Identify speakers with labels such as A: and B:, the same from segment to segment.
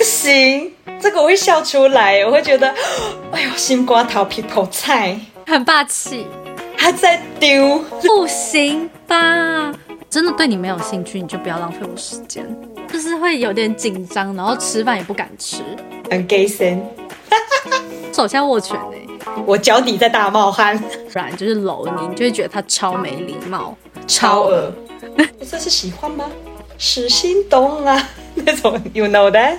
A: 行，这个我会笑出来，我会觉得，哎呦，新瓜桃皮头菜，
B: 很霸气，
A: 他在丢，
B: 不行吧？真的对你没有兴趣，你就不要浪费我时间。就是会有点紧张，然后吃饭也不敢吃，
A: 很 gay 森，
B: 手下握拳哎、
A: 我脚底在大冒汗，
B: 不然就是搂你，你就会觉得他超没礼貌，
A: 超恶，这是喜欢吗？是心动啊，那种，you know that。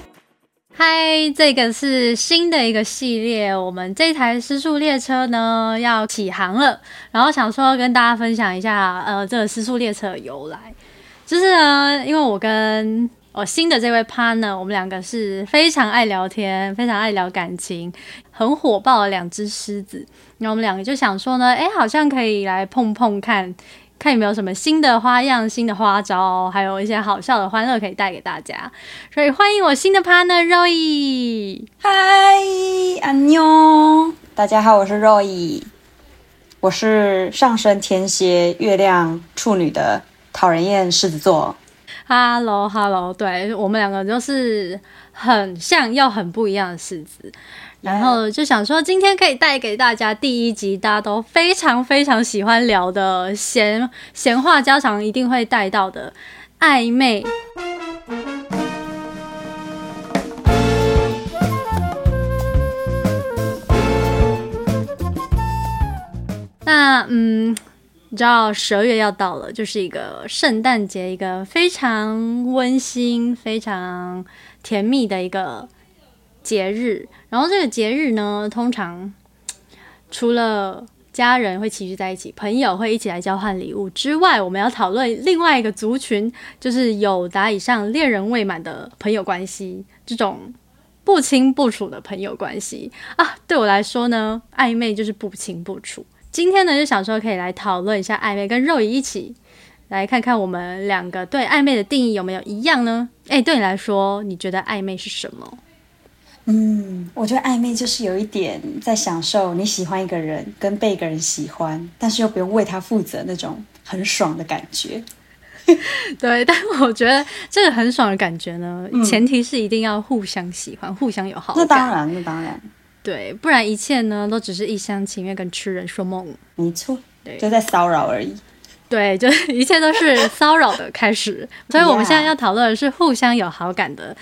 B: 嗨，这个是新的一个系列，我们这台失速列车呢要起航了，然后想说跟大家分享一下，呃，这个失速列车的由来。就是呢，因为我跟我新的这位 partner，我们两个是非常爱聊天，非常爱聊感情，很火爆的两只狮子。然后我们两个就想说呢，哎，好像可以来碰碰看，看有没有什么新的花样、新的花招，还有一些好笑的欢乐可以带给大家。所以欢迎我新的 partner Roy。
C: 嗨，安妞，大家好，我是肉 y 我是上升天蝎、月亮处女的讨人厌狮子座。
B: Hello Hello，对我们两个就是很像又很不一样的狮子。然后就想说，今天可以带给大家第一集，大家都非常非常喜欢聊的闲闲话家常，一定会带到的暧昧。那嗯，你知道十二月要到了，就是一个圣诞节，一个非常温馨、非常甜蜜的一个节日。然后这个节日呢，通常除了家人会齐聚在一起，朋友会一起来交换礼物之外，我们要讨论另外一个族群，就是有达以上恋人未满的朋友关系，这种不清不楚的朋友关系啊，对我来说呢，暧昧就是不清不楚。今天呢，就想说可以来讨论一下暧昧，跟肉姨一起来看看我们两个对暧昧的定义有没有一样呢？哎，对你来说，你觉得暧昧是什么？
C: 嗯，我觉得暧昧就是有一点在享受你喜欢一个人跟被一个人喜欢，但是又不用为他负责那种很爽的感觉。
B: 对，但我觉得这个很爽的感觉呢，前提是一定要互相喜欢，互相有好感。
C: 嗯那当，然，那当然，
B: 对，不然一切呢都只是一厢情愿跟痴人说梦。
C: 没错
B: 对，
C: 就在骚扰而已。
B: 对，就是 一切都是骚扰的开始。所以我们
C: Yeah
B: 现在要讨论的是互相有好感的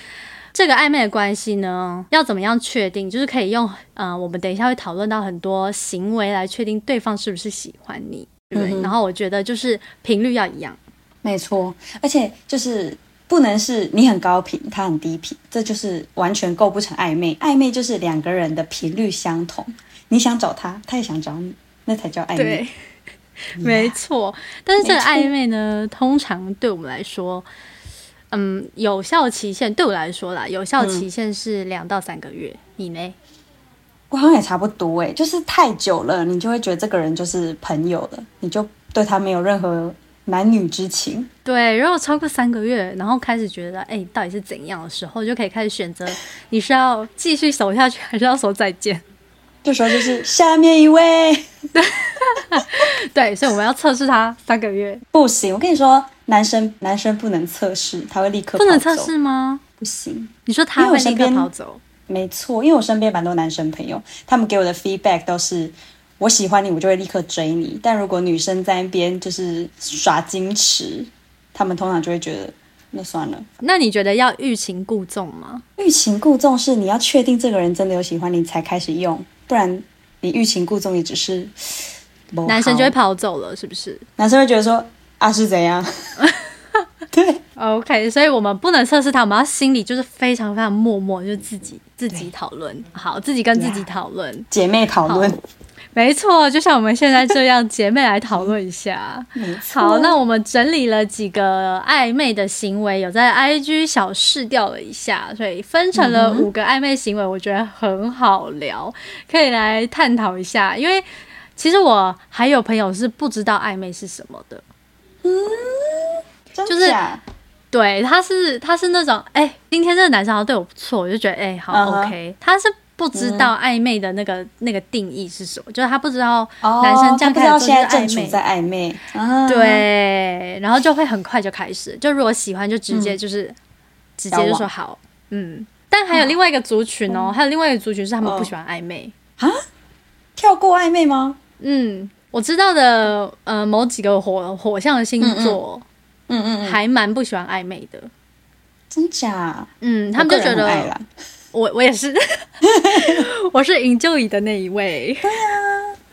B: 这个暧昧的关系呢，要怎么样确定？就是可以用，呃，我们等一下会讨论到很多行为来确定对方是不是喜欢你。对，
C: 嗯哼
B: 然后我觉得就是频率要一样。
C: 没错，而且就是不能是你很高频，他很低频，这就是完全构不成暧昧。暧昧就是两个人的频率相同，你想找他，他也想找你，那才叫暧昧。嗯
B: 对，没错。但是这个
C: 没错
B: 暧昧呢，通常对我们来说，嗯，有效期限对我来说
C: 嗯
B: 啦，有效期限是两到三个月。你呢？
C: 我好像也差不多哎，就是太久了，你就会觉得这个人就是朋友了，你就对他没有任何男女之情。
B: 对，如果超过三个月，然后开始觉得，哎、到底是怎样的时候，就可以开始选择你是要继续守下去，还是要说再 见。
C: 这时候就是下面一位，
B: 对，所以我们要测试它三个月，
C: 不行，我跟你说，男生男生不能测试，他会立刻
B: 不能
C: 跑走
B: 测，试吗？
C: 不行。
B: 你说他
C: 因为我
B: 会立
C: 身
B: 刻
C: 边
B: 跑走？
C: 没错，因为我身边蛮多男生朋友，他们给我的 feedback 都是我喜欢你，我就会立刻追你。但如果女生在那边就是耍矜持，他们通常就会觉得那算了。
B: 那你觉得要欲擒故纵吗？
C: 欲擒故纵是你要确定这个人真的有喜欢你才开始用，不然你欲擒故纵也只是不好
B: 男生就会，跑走了，是不是？
C: 男生会觉得说啊是怎 样？对，
B: OK，所以我们不能测试他，我们要心里就是非常非常默默，就自己自己讨论，好，自己跟自己
C: Yeah
B: 讨论，
C: 姐妹讨论，
B: 没错，就像我们现在这样，姐妹来讨论一下。
C: 没错
B: 好，那我们整理了几个暧昧的行为，有在 IG 小试调了一下，所以分成
C: 嗯
B: 了五个暧昧行为，我觉得很好聊，可以来探讨一下。因为其实我还有朋友是不知道暧昧是什么的，
C: 真
B: 就是
C: 假
B: 对，他是他是那种，哎、今天这个男生好像对我不错，我就觉得，哎、好、
C: 嗯哼嗯
B: OK。他是不知道暧昧的那个、那个定义是什么，就是他不知道
C: 哦
B: 男生这
C: 他不知道
B: 样开始做
C: 现在正
B: 就
C: 处
B: 是暧昧，
C: 在暧昧，啊、，
B: 对，然后就会很快就开始，就如果喜欢就直接就是、直接就
C: 嗯交
B: 说
C: 往嗯
B: 好，嗯。但但还有另外一个族群哦，还有另外一个族群是他们不喜欢暧昧。
D: 啊？跳过暧昧吗？
B: 嗯，我知道的，呃，某几个火火象星
C: 嗯
B: 座
D: 嗯嗯嗯，
B: 还蛮不喜欢暧昧的。
D: 真假？
B: 嗯，他们就觉
D: 我个人很爱
B: 得
D: 啦
B: 我我也是， 我是营救椅的那一位。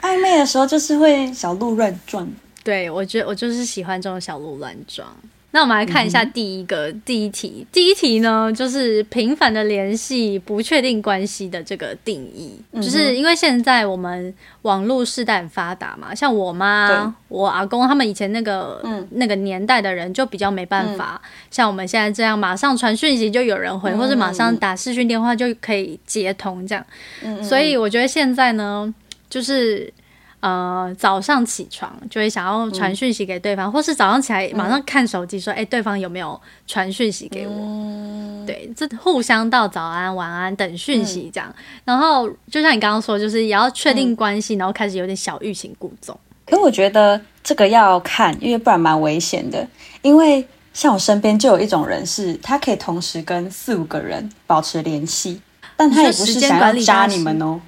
D: 暧昧的时候就是会小鹿乱撞。
B: 对，我觉我就是喜欢这种小鹿乱撞。那我们来看一
D: 嗯
B: 下第一个、第一题。第一题呢，就是频繁的联系、不确定关系的这个定义，
D: 嗯
B: 就是因为现在我们网络世代很发达嘛，像我
D: 对
B: 妈、我阿公他们以前那个、
D: 嗯
B: 那个年代的人就比较没办法，像我们现在这样马上传讯息就有人
D: 嗯
B: 回，或者马上打视讯电话就可以接通这样。
D: 嗯嗯，
B: 所以我觉得现在呢，就是呃早上起床就会想要传讯息给对
D: 嗯
B: 方，或是早上起来马上看手机说，哎、对方有没有传讯息给我？
D: 嗯
B: 对，这互相道早安、晚安等讯息这样。然后就像你刚刚说，就是也要确
D: 嗯
B: 定关系，然后开始有点小欲擒故纵。
D: 可我觉得这个要看，因为不然蛮危险的。因为像我身边就有一种人是，他可以同时跟四五个人保持联系，但他也
B: 你
D: 不
B: 说
D: 是
B: 时间
D: 想要
B: 管理
D: 扎
B: 大师
D: 你们哦。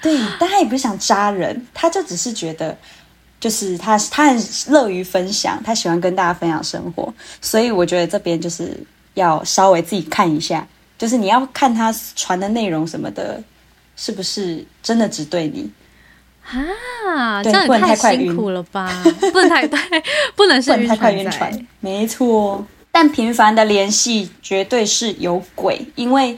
D: 对，但他也不是想扎人，他就只是觉得，就是他他很乐于分享，他喜欢跟大家分享生活，所以我觉得这边就是要稍微自己看一下，就是你要看他传的内容什么的，是不是真的只对你？
B: 啊，这
D: 对
B: 样
D: 不
B: 也
D: 能太快
B: 辛
D: 晕
B: 苦了吧？不能太对， 不能
D: 不
B: 是
D: 能
B: 晕
D: 太快
B: 船
D: 晕
B: 仔
D: 船。没错，但频繁的联系绝对是有鬼，因为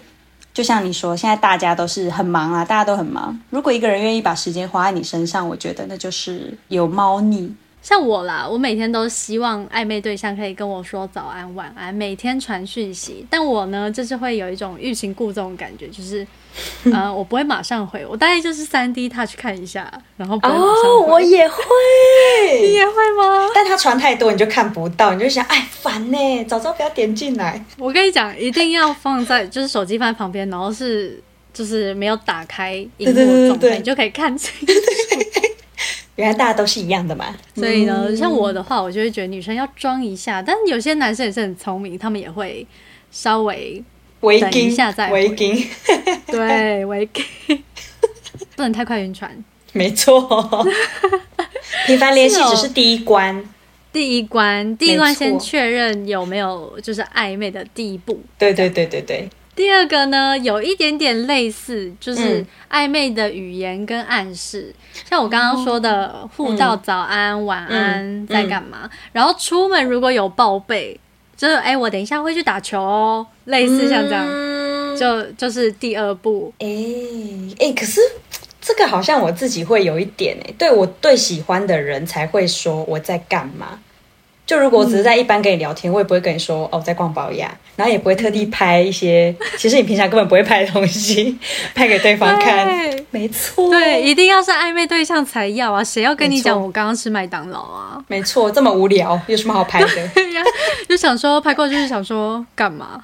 D: 就像你说，现在大家都是很忙啊，大家都很忙。如果一个人愿意把时间花在你身上，我觉得那就是有猫腻。
B: 像我啦，我每天都希望暧昧对象可以跟我说早安、晚安，每天传讯息。但我呢，就是会有一种欲擒故纵的感觉， 就是，呃，我不会马上回，我大概就是三 D touch 看一下，然后不会马上回。
C: 哦，我也会。
B: 你也会吗？
C: 但他传太多，你就看不到，你就想，哎，烦呢、早知道不要点进来。
B: 我跟你讲，一定要放在就是手机放在旁边，然后是就是没有打开荧
C: 对对对
B: 幕
C: 对
B: 状态，
C: 对
B: 你就可以看清楚。
C: 原来大家都是一样的嘛。嗯
B: 所以呢，像我的话，我就会觉得女生要装一下，但有些男生也是很聪明，他们也会稍微
C: 围
B: 等一下再
C: 巾，围
B: 回
C: 巾，
B: 对，我也可以不能太快晕船。
C: 没 错。频繁联系
B: 是哦
C: 只是第一关，
B: 第一关，第一关
C: 没错
B: 先确认有没有就是暧昧的第一步。
C: 对对对对对，
B: 第二个呢，有一点点类似，就是
C: 嗯
B: 暧昧的语言跟暗示，像我刚刚说的互道早安、晚安
C: 嗯
B: 在干嘛，然后出门如果有报备，就是哎、我等一下会去打球哦，类似像这样，
C: 嗯
B: 就就是第二步。
C: 哎、哎、可是这个好像我自己会有一点哎、对我对喜欢的人才会说我在干嘛。就如果我只是在一般跟你聊天，我也不会跟你
B: 嗯
C: 说哦我在逛保养，然后也不会特地拍一些， 其实你平常根本不会拍的东西， 拍给对方看。
B: 对
C: 没错，
B: 对，，一定要是暧昧对象才要啊！谁要跟你
C: 哦没错
B: 讲我刚刚吃麦当劳啊？
C: 没错，这么无聊，有什么好拍的？
B: 对呀，就想说拍过就是想说干嘛？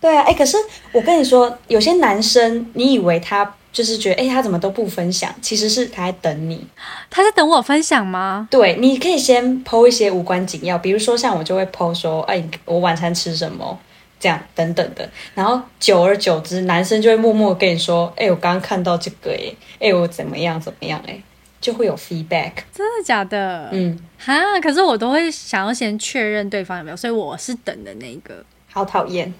C: 对啊，哎、可是我跟你说，有些男生，你以为他就是觉得，哎、他怎么都不分享，其实是他在等你。
B: 他在等我分享吗？
C: 对，你可以先剖一些无关紧要，比如说像我就会剖说，哎、我晚餐吃什么，这样等等的。然后久而久之，男生就会默默跟你说，哎、我刚刚看到这个、哎，哎，我怎么样怎么样、哎，就会有 feedback。
B: 真的假的？
C: 嗯，
B: 哈，可是我都会想要先确认对方有没有，所以我是等的那一个。
C: 好讨厌，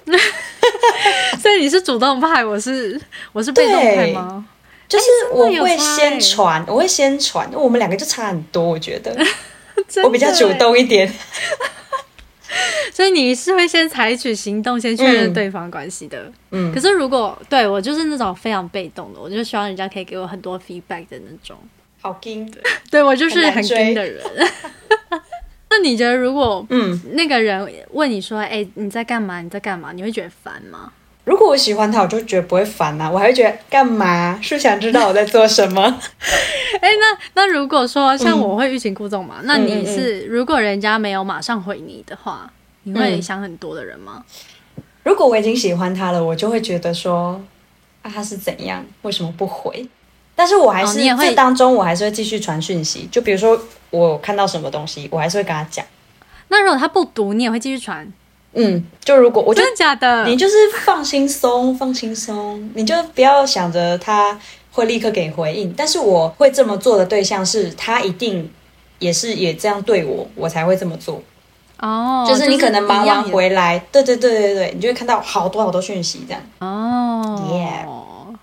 B: 所以你是主动派，我是我是被动派吗？
C: 就是我
B: 真的有
C: 会
B: 差哎
C: 先传，我会先传，我们两个就差很多，我觉得
B: 真的
C: 我比较主
B: 耶，
C: 动一点。
B: 所以你是会先采取行动，先确认
C: 嗯
B: 对方关系的。
C: 嗯
B: 可，是如果对我就是那种非常被动的，我就希望人家可以给我很多 feedback 的那种。
C: 好惊。
B: 对我就是
C: 很难
B: 很
C: 追
B: 跟 的人。 那你觉得如果
C: 嗯，
B: 那个人问你说：“哎、你在干嘛？你在干嘛？”你会觉得烦吗？
C: 如果我喜欢他，我就觉得不会烦啊，我还会觉得干嘛？是不是想知道我在做什么？
B: 哎、那那如果说像我会欲擒故纵嘛，那
C: 嗯嗯
B: 你
C: 嗯
B: 是如果人家没有马上回你的话，你会
C: 嗯
B: 想很多的人吗？
C: 如果我已经喜欢他了，我就会觉得说，啊，他是怎样？为什么不回？但是我还
B: 哦
C: 是、
B: 你也会
C: 这当中，我还是会继续传讯息。就比如说我看到什么东西，我还是会跟他讲。
B: 那如果他不读，你也会继续传？
C: 嗯，就如果我觉
B: 真
C: 得
B: 的假的？
C: 你就是放轻松，放轻松，你就不要想着他会立刻给你回应。但是我会这么做的对象是他一定也是也这样对我，我才会这么做。
B: 哦，
C: 就是你可能忙
B: 一样
C: 完
B: 也
C: 回来，对对对对对，你就会看到好多好多讯息这样。
B: 哦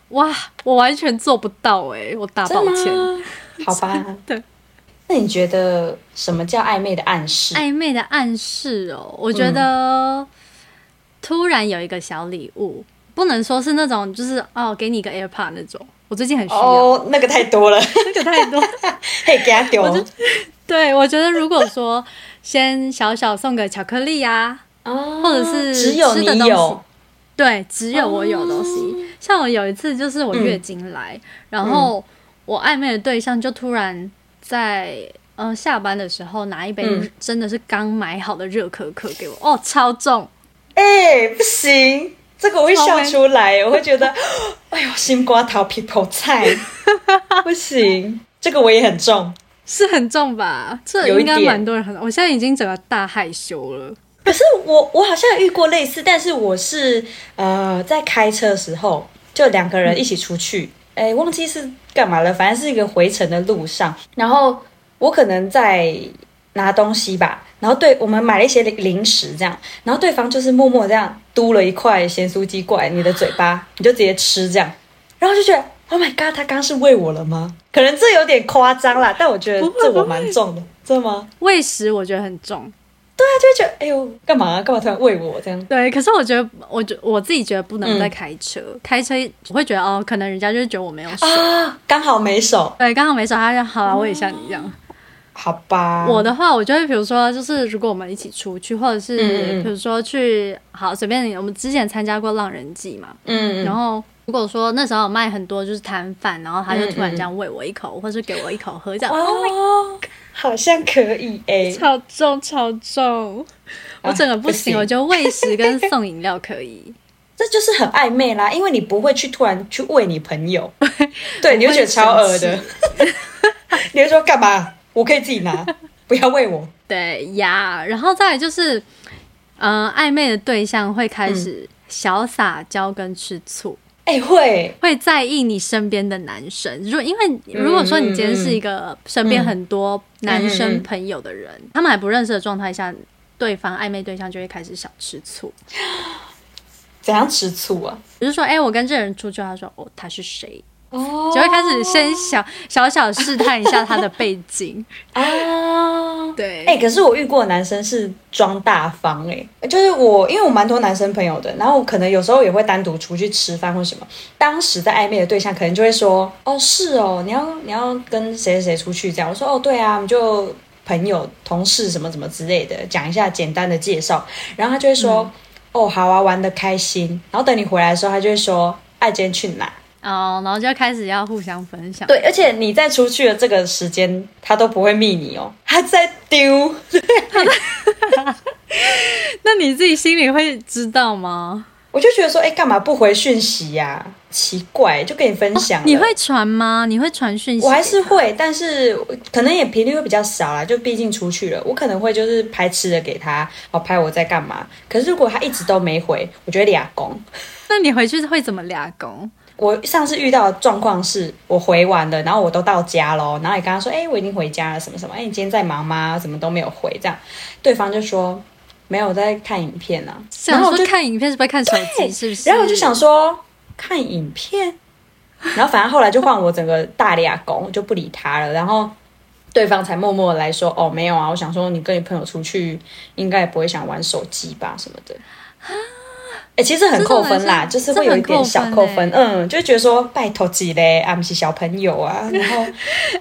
B: 哇，我完全做不到哎、我大抱歉。
C: 好吧，
B: 真的。
C: 那你觉得什么叫暧昧的暗示？
B: 暧昧的暗示哦，我觉得突然有一个小礼物，不能说是那种就是哦，给你一个 AirPod 那种，我最近很需要，
C: 哦，那个太多了，
B: 这个太多。
C: 嘿，给他丢。
B: 对，我觉得如果说先小小送个巧克力啊，
C: 啊
B: 或者是
C: 只有
B: 吃
C: 你
B: 的东西
C: 有，
B: 对，只有我有的东西。
C: 哦
B: 像我有一次就是我月经来，
C: 嗯
B: 然后我暧昧的对象就突然在嗯、呃下班的时候拿一杯
C: 嗯
B: 真的是刚买好的热可可给我，哦，超重。
C: 哎、不行，这个我会
B: 超
C: 笑
B: 没
C: 出来，我会觉得， 哎呦，新瓜桃皮头菜，不行，这个我也很重，
B: 是很重吧？这
C: 有一
B: 应该
C: 点
B: 蛮多人很，我现在已经整个大害羞了。
C: 可是我我好像遇过类似，但是我是呃在开车的时候，就两个人一起出去，哎、忘记是干嘛了，反正是一个回程的路上，然后我可能在拿东西吧，然后对我们买了一些零零食这样，然后对方就是默默这样嘟了一块咸酥鸡过来你的嘴 巴，你就直接吃这样，然后就觉得 Oh my God，他刚刚是喂我了吗？可能这有点夸张啦，但我觉得
B: 不会
C: 这
B: 不
C: 我
B: 会
C: 蛮重的，真的吗？
B: 喂食我觉得很重，
C: 他就会觉得，哎呦，干嘛、干嘛突然喂我这样？
B: 对。可是我觉得，我觉我自己觉得不能
C: 嗯
B: 再开车，开车我会觉得哦，可能人家就觉得我没有手。
C: 啊，刚好没手，
B: 对，刚好没手，他就好
C: 哦
B: 了，我也像你一样。
C: 好吧。
B: 我的话，我就会比如说，就是如果我们一起出去，或者是
C: 嗯嗯嗯
B: 比如说去好随便你，我们之前参加过浪人祭嘛，
C: 嗯，
B: 然
C: 后
B: 后如果说那时候有卖很多就是摊贩，然后他就突然这样喂我一口，或是给我一口喝，这样
C: 嗯哦，好像可以哎、
B: Oh 超重超重，我整个不
C: 不
B: 行，
C: 行
B: 我觉得喂食跟送饮料可以。
C: 这就是很暧昧啦，因为你不会去突然去喂你朋 友，对，你会觉得超恶的
B: 生，
C: 你会说干嘛？我可以自己拿， 不要喂我。
B: 对呀，然后再来就是，嗯、暧昧的对象会开始小撒娇跟吃醋，
C: 哎、会，
B: 会在意你身边的男生。如果因为如果说你今天是一个身边很多男生朋友的人，他们还不认识的状态下。对方暧昧对象就会开始小吃醋，
C: 怎样吃醋啊？
B: 比如说，哎、我跟这个人出去，他说，哦，他是谁？
C: 哦
B: 就会开始先小小小试探一下他的背景，
C: 哦啊，
B: 对
C: 哎、可是我遇过的男生是装大方哎、就是我，因为我蛮多男生朋友的，然后可能有时候也会单独出去吃饭或什么。当时在暧昧的对象可能就会说：“哦，是哦，你要你要跟谁谁谁出去这样。”我说：“哦，对啊，我们就朋友、同事什么什么之类的，讲一下简单的介绍。”然后他就会说：“哦，好啊，玩的开心。”然后等你回来的时候，他就会说：“爱今天去哪？”
B: 哦，然后就开始要互相分享。
C: 对，而且你在出去的这个时间，他都不会密你哦，他在丢。
B: 那你自己心里会知道吗？
C: 我就觉得说，哎、干嘛不回讯息呀、奇怪，就跟你分享、
B: 哦你会？传吗？你会传讯息给他？
C: 我还是会，但是可能也频率会比较少啦，就毕竟出去了，我可能会就是拍吃的给他，哦，拍我在干嘛。可是如果他一直都没回，我觉得俩公。
B: 那你回去会怎么俩工？
C: 我上次遇到的状况是，我回完了，然后我都到家喽，然后也跟他说，哎、我已经回家了，什么什么，哎、你今天在忙吗？怎么都没有回这样，对方就说没有我在看影片啊，然
B: 想
C: 后我
B: 说
C: 就
B: 看影片是不是看手机？是不是？
C: 然后我就想，说看影片，然后反正后来就换我整个大俩拱，我就不理他了。然后对方才默默地来说：“哦，没有啊，我想说你跟你朋友出去，应该也不会想玩手机吧什么的。”哎、其实很扣分啦，就
B: 这
C: 是
B: 种男生
C: 会有一点小扣分，
B: 这很扣分欸
C: 嗯，就觉得说拜托几嘞，啊，不是小朋友 啊，然后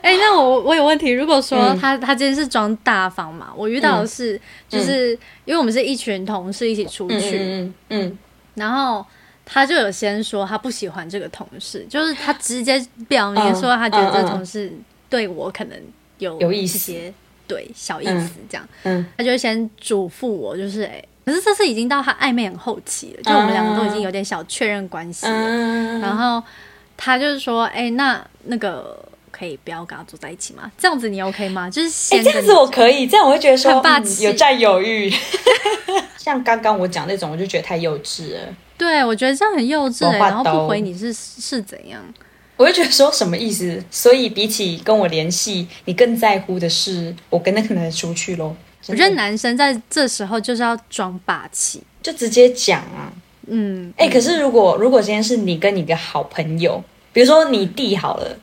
B: 哎、那我我有问题。如果说
C: 嗯
B: 他、他今天是装大方嘛，我遇到的是、就是因为我们是一群同事一起出
C: 嗯
B: 去，
C: 嗯嗯
B: 然后他就有先说他不喜欢这个同事，就是他直接表明说他觉得这个同事对我可能有
C: 嗯有意
B: 一
C: 思
B: 些对小意
C: 嗯
B: 思这样，
C: 嗯
B: 他就先嘱咐我，就是哎、可是这次已经到他暧昧很后期了，就我们两个都已经有点小确认关系了，
C: 嗯，
B: 然后他就是说，哎、那那个可以不要跟他坐在一起吗？这样子你 OK 吗？就是
C: 哎、
B: 先
C: 这
B: 跟
C: 样
B: 你
C: 子我
B: 讲
C: 嗯可以，这样我会觉得说
B: 很霸
C: 嗯
B: 气
C: 有占有欲， 像刚刚我讲那种，我就觉得太幼稚了，
B: 对我觉得这样很幼稚、欸，
C: 我画
B: 然后不
C: 刀
B: 回你是是怎样？
C: 我就觉得说什么意思？所以比起跟我联系，你更在乎的是我跟那个人出去喽。
B: 我
C: 真的
B: 觉得男生在这时候就是要装霸气，
C: 就直接讲啊，
B: 嗯，
C: 哎、可是如果如果今天是你跟你一个好朋友，比如说你弟好了，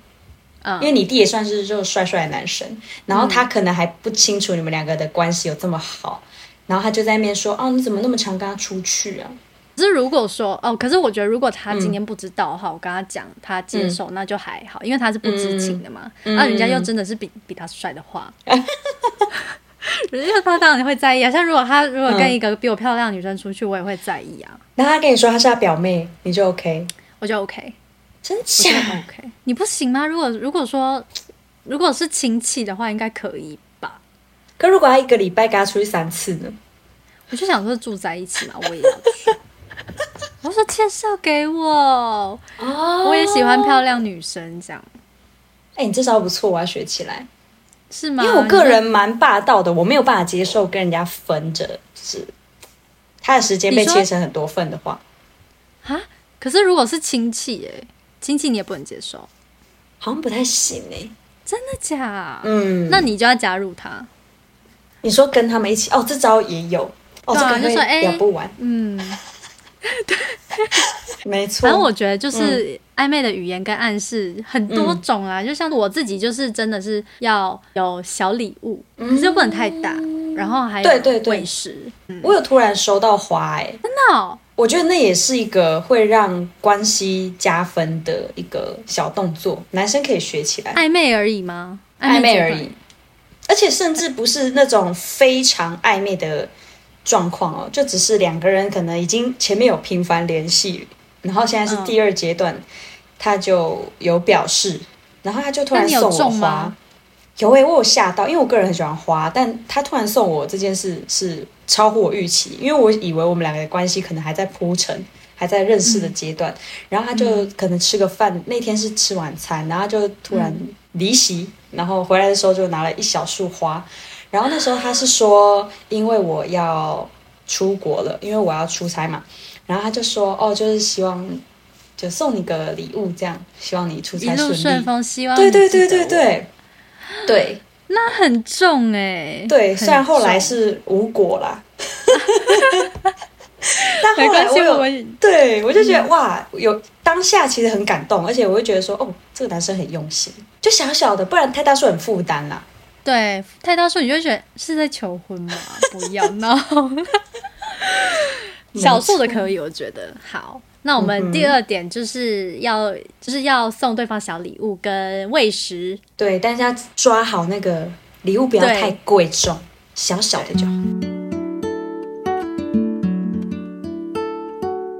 B: 嗯
C: 因为你弟也算是就帅帅的男生，然后他可能还不清楚你们两个的关系有这么好，然后他就在那边说：“哦，你怎么那么常跟他出去啊
B: 可是如果说哦，可是我觉得如果他今天不知道的话，我跟他讲他接受，
C: 嗯
B: 那就还好，因为他是不知情的嘛。那、人家又真的是比比他帅的话，人家他当然会在意啊。像如果他如果跟一个比我漂亮的女生出去，我也会在意啊，？”
C: 然后他跟你说他是他表妹，你就 OK，
B: 我就 OK，
C: 真
B: 我就
C: 假？
B: OK。你不行吗？如果如果说如果是亲戚的话，应该可以吧？
C: 可如果他一个礼拜跟他出去三次呢？
B: 我就想说住在一起嘛，我也要去。我说介绍给我，
C: 哦
B: 我也喜欢漂亮女生，这样
C: 哎、你这招不错，我要学起来。
B: 是吗？
C: 因为我
B: 你
C: 个
B: 说
C: 人蛮霸道的，我没有办法接受跟人家分着，就是他的时间被
B: 你说
C: 切成很多份的话，
B: 啊，可是如果是亲戚、欸，亲戚你也不能接受，
C: 好像不太行哎、
B: 真的假？
C: 嗯，
B: 那你就要加入他，
C: 你说跟他们一起哦，这招也有哦，
B: 对啊
C: 这个
B: 就说哎
C: 会聊不完，
B: 嗯，
C: 没错。
B: 反正我觉得就是
C: 嗯
B: 暧昧的语言跟暗示很多种啊，就像我自己就是真的是要有小礼物，可是又不能太大，然后还
C: 嗯
B: 有
C: 对对对
B: 喂食，
C: 我有突然收到花哎、
B: 真的哦、
C: 我觉得那也是一个会让关系加分的一个小动作，男生可以学起来，
B: 暧昧而已吗？
C: 暧昧
B: 阶
C: 而
B: 段
C: 已，。而且甚至不是那种非常暧昧的状况哦，就只是两个人可能已经前面有频繁联系，然后现在是
B: 嗯
C: 第二阶段，他就有表示，然后他就突
B: 那
C: 然
B: 你有
C: 送我
B: 中
C: 花
B: 吗。？
C: 有诶、我有吓到，因为我个人很喜欢花，但他突然送我这件事是超乎我预期，因为我以为我们两个的关系可能还在铺陈，还在认识的阶段。然后他就可能吃个饭，那天是吃晚餐，然后就突然离席，然后回来的时候就拿了一小束花。然后那时候他是说，因为我要出国了，因为我要出差嘛，然后他就说，哦，就是希望就送你个礼物，这样希望你出
B: 一
C: 差
B: 路
C: 顺
B: 顺
C: 利。
B: 风，希望
C: 对
B: 你
C: 对
B: 嗯记
C: 对
B: 得
C: 对
B: 我
C: 对对
B: 那很重哎、
C: 对，虽然
B: 很
C: 后来
B: 重
C: 是无果 啦，但
B: 没
C: 后来
B: 关
C: 我
B: 系，
C: 有
B: 我们嗯
C: 对，我就觉得哇，有当下其实很感动，而且我会觉得说，哦，这个男生很用心，就小小的，不然太大数很负担啦。
B: 对太大数，你就会觉得是在求婚 吗？不要闹。小数的可以，我觉得好。那我
C: 嗯
B: 们第二点就是要、就是要送对方小礼物跟喂食，
C: 对，但是要抓好那个礼物，不要
B: 对
C: 太贵重，小小的就好。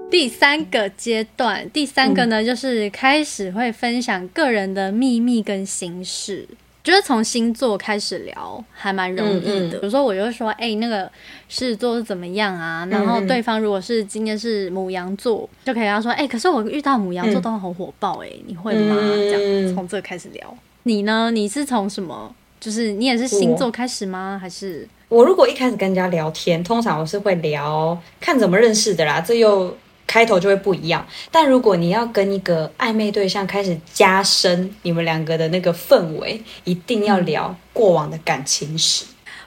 B: 第三个阶段，第三个
C: 嗯
B: 呢，就是开始会分享个人的秘密跟心事。觉得从星座开始聊还蛮容易
C: 嗯
B: 的，
C: 嗯
B: 比如说我就说，哎、那个狮子座是怎么样啊？然
C: 嗯
B: 后对方如果是今天是母羊座，就可以跟他说，哎、可是我遇到母羊座
C: 嗯
B: 都很火爆、哎、你会吗？
C: 嗯
B: 这样从这个开始聊。你呢？你是从什么？就是你也是星座开始吗？还是
C: 我如果一开始跟人家聊天，通常我是会聊看怎么认识的啦，这又开头就会不一样。但如果你要跟一个暧昧对象开始加深你们两个的那个氛围，一定要聊过往的感情史。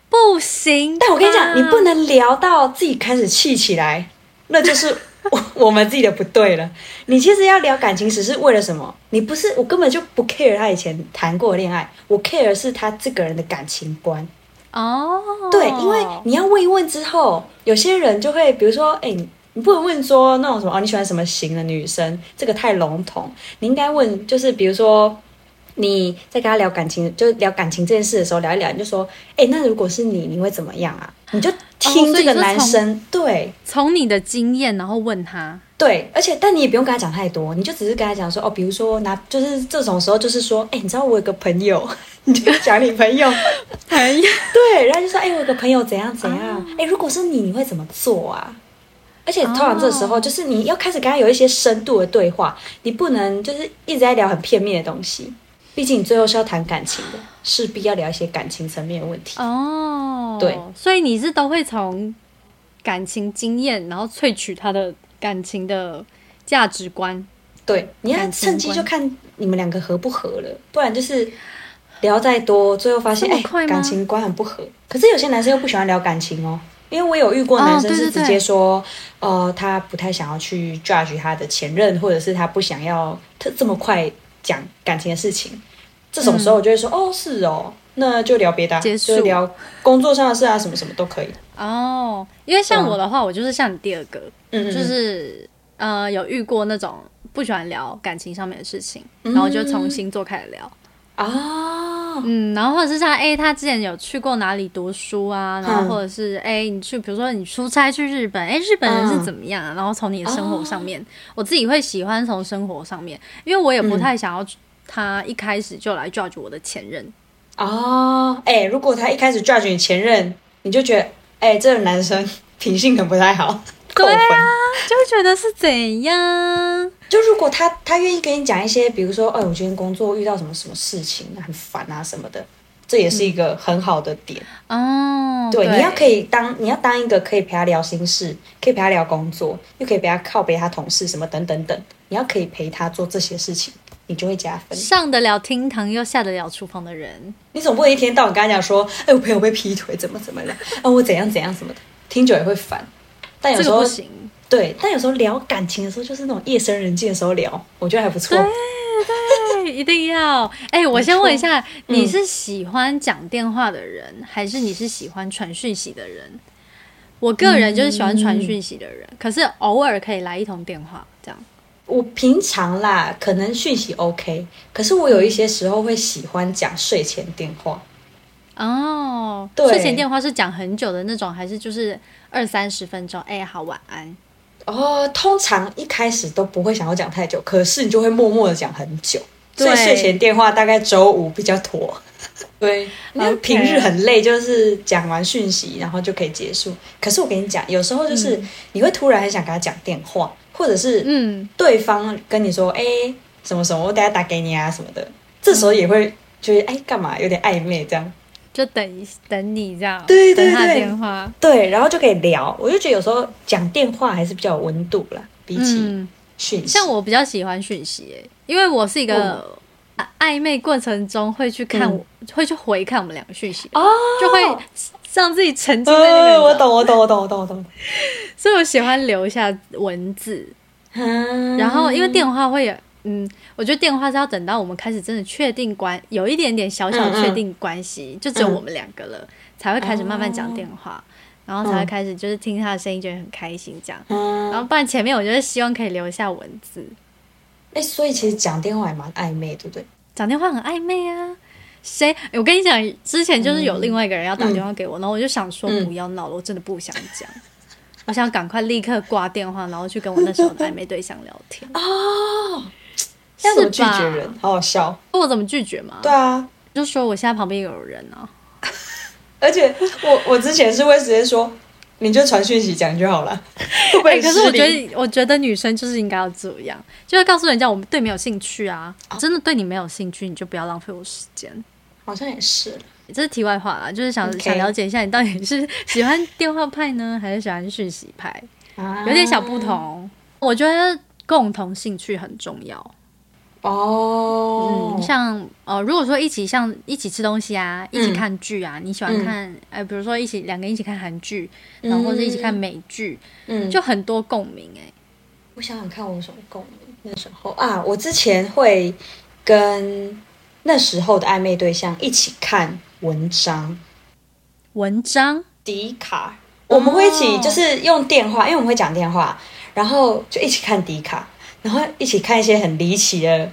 B: 不行吧？
C: 但我跟你
B: 啊
C: 讲，你不能聊到自己开始气起来，那就是我我们自己的不对了。你其实要聊感情史是为了什么？你不是我根本就不 care 他以前谈过的恋爱，我 care 是他这个人的感情观。
B: 哦。
C: 对，因为你要问一问之后，有些人就会，比如说，哎、你你不能问说那种什么哦，你喜欢什么型的女生，这个太笼统。你应该问，就是比如说你在跟他聊感情，就是聊感情这件事的时候，聊一聊，你就说，哎、那如果是你，你会怎么样啊？你就听
B: 哦所以
C: 这个
B: 你说
C: 男
B: 从
C: 生，对。
B: 从你的经验，然后问他，
C: 对，而且但你也不用跟他讲太多，你就只是跟他讲说哦，比如说拿，就是这种时候就是说，哎、你知道我有个朋友， 你就讲你朋友，
B: 哎呀，
C: 对，然后就说：“哎、我有个朋友怎样怎样，哎、如果是你，你会怎么做啊？”而且通常这时候就是你要开始跟他有一些深度的对话，你不能就是一直在聊很片面的东西，毕竟你最后是要谈感情的，势必要聊一些感情层面的问题。
B: 哦，
C: 对，
B: 所以你是都会从感情经验，然后萃取他的感情的价值观。
C: 对，你要
B: 感情
C: 趁机
B: 观
C: 就看你们两个合不合了，不然就是聊再多，最后发现
B: 这么
C: 哎、
B: 快吗
C: 感情观很不合。可是有些男生又不喜欢聊感情哦，因为我有遇过男
B: 哦
C: 生
B: 对对
C: 是直接说，呃，他不太想要去 judge 他的前任，或者是他不想要特这么快讲感情的事情。这种时候我就会说，哦，是哦，那就聊别的啊、
B: 嗯结束
C: 就聊工作上的事啊，什么什么都可以。
B: 哦，因为像
C: 对啊
B: 我的话，我就是像你第二个，
C: 嗯，嗯
B: 就
C: 嗯
B: 是呃有遇过那种不喜欢聊感情上面的事情，然后就从星座开始聊。
C: 啊，
B: 嗯，然后或者是像哎、诶他之前有去过哪里读书啊，然后
C: 嗯
B: 或者是哎、诶你去，比如说你出差去日本，哎、日本人是
C: 嗯
B: 怎么样啊、然后从你的生活上面，我自己会喜欢从生活上面，因为我也不太想要他一开始就来 judge 我的前任。
C: 哦，哎、如果他一开始 judge 你前任，你就觉得，哎、这个男生 品性可能不太好，扣
B: 对
C: 分。
B: 啊，就会觉得是怎样？
C: 就如果他他愿意跟你讲一些，比如说，哎、我今天工作遇到什么什么事情，很烦啊什么的，这也是一个很好的点。
B: 哦，
C: 对，你要可
B: 以，
C: 以当你要当一个可以陪他聊心事，可以陪他聊工作，又可以陪他靠陪他同事什么等等等，你要可以陪他做这些事情，你就会加分。
B: 上得了厅堂又下得了厨房的人，
C: 你总不能一天到晚跟他讲说，哎、我朋友被劈腿，怎么怎么 了，啊，我怎样怎样什么的，听久也会烦。但有
B: 这
C: 时
B: 个
C: 候
B: 不行。
C: 对，但有时候聊感情的时候，就是那种夜深人静的时候聊，我觉得还不错
B: 对。对，一定要。哎、我先问一下，你是喜欢讲电话的人，还是你是喜欢传讯息的人？我个人就是喜欢传讯息的人，可是偶尔可以来一通电话，这样。
C: 我平常啦，可能讯息 OK，可是我有一些时候会喜欢讲睡前电话。
B: 哦，
C: 对
B: 睡前电话是讲很久的那种，还是就是二三十分钟？哎、好，晚安。
C: 哦，通常一开始都不会想要讲太久，可是你就会默默的讲很久。所以
B: 对
C: 睡前电话大概周五比较妥。 对，那
B: OK
C: 平日很累，就是讲完讯息然后就可以结束。可是我跟你讲，有时候就是你会突然很想跟他讲电话，或者是
B: 嗯，
C: 对方跟你说，哎、什么什么，我等下打给你啊什么的，这时候也会觉得，哎、干嘛有点暧昧这样。
B: 就等一等你这样，
C: 对对
B: 等他的
C: 对
B: 电话。
C: 对，然后就可以聊。我就觉得有时候讲电话还是比较有温度啦，比起
B: 嗯，
C: 讯息。
B: 像我比较喜欢讯息、欸，因为我是一个啊暧昧过程中会去看，
C: 嗯
B: 会去回看我们两个讯息的人
C: 哦，
B: 就会让自己沉浸在那
C: 呃，
B: 个。
C: 我，懂，我懂，我懂，我懂，我懂。
B: 所以我喜欢留下文字，
C: 嗯
B: 然后因为电话会有，嗯，我觉得电话是要等到我们开始真的确定关，有一点点小小
C: 嗯嗯
B: 确定关系，就只有我们两个了，才会开始慢慢讲电话，然后才会
C: 嗯
B: 开始就是听他的声音，觉得很开心这样。
C: 嗯，
B: 然后不然前面我就是希望可以留下文字，
C: 哎、所以其实讲电话也蛮暧昧，对不对？
B: 讲电话很暧昧啊。谁？哎我跟你讲，之前就是有另外一个人要打电话给我，然后我就想说
C: 嗯
B: 不要闹了，我真的不想讲，我想赶快立刻挂电话，然后去跟我那时候的暧昧对象聊天。
C: 哦，
B: 是
C: 要怎么拒
B: 吧
C: 绝人？哦好好笑。
B: 我怎么拒绝嘛？
C: 对啊，
B: 就说我现在旁边有人啊。
C: 而且我 我之前是会直接说，你就传讯息讲就好 了，会不会
B: 哎、可是我
C: 失礼
B: 觉得，我觉得女生就是应该要这样，就会告诉人家我们对你没有兴趣啊，真的对你没有兴趣，你就不要浪费我时间。
C: 好像也是。
B: 这是题外话啦，就是想
C: OK
B: 想了解一下你到底是喜欢电话派呢，还是喜欢讯息派，
C: 啊
B: 有点小不同。啊我觉得共同兴趣很重要。
C: 哦，
B: 嗯，像呃，如果说一起像一起吃东西啊，一起看剧啊，你喜欢
C: 嗯
B: 看，哎、比如说一起两个人一起看韩剧，然后或者一起看美剧，
C: 嗯，
B: 就很多共鸣哎、
C: 我想想看，我有什么共鸣？那时候啊，我之前会跟那时候的暧昧对象一起看文章，
B: 文章
C: 迪卡，我们会一
B: 哦
C: 起就是用电话，因为我们会讲电话，然后就一起看迪卡，然后一起看一些很离奇的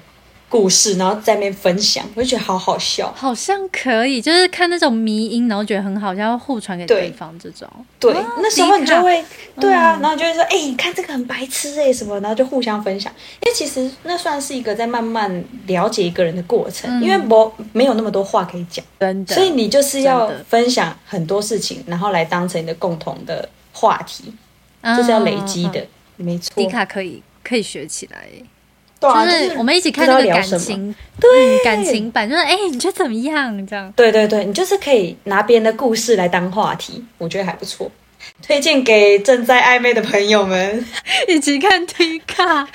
C: 故事，然后在那边分享，我就觉得好好笑。
B: 好像可以，就是看那种迷音，然后觉得很好，然后互传给
C: 对
B: 对方这种。
C: 对，
B: 啊
C: 那时候你
B: 迪卡嗯
C: 就会对啊，然后就会说，哎、你看这个很白痴哎、什么，然后就互相分享。因为其实那算是一个在慢慢了解一个人的过程，
B: 嗯
C: 因为我没有那么多话可以讲，
B: 真的，
C: 所以你就是要
B: 真的
C: 分享很多事情，然后来当成你的共同的话题，这是要累积的，
B: 嗯。嗯嗯
C: 没错。
B: 迪卡可以可以学起来，欸
C: 对啊，就
B: 就是我们一起看那
C: 不
B: 个
C: 知道聊
B: 感
C: 什么
B: 情，
C: 对
B: 嗯感情版，就是哎、你觉得怎么样？这样
C: 对对对，你就是可以拿别人的故事来当话题，我觉得还不错。推荐给正在暧昧的朋友们。
B: 一起看 T 卡。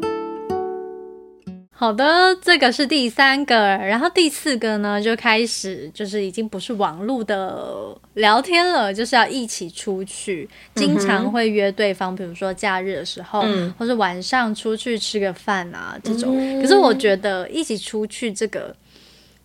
B: 对。好的，这个是第三个，然后第四个呢，就开始就是已经不是网络的聊天了，就是要一起出去，经常会约对方，比如说假日的时候，
C: 嗯
B: 或是晚上出去吃个饭啊这种。
C: 嗯
B: 可是我觉得一起出去这个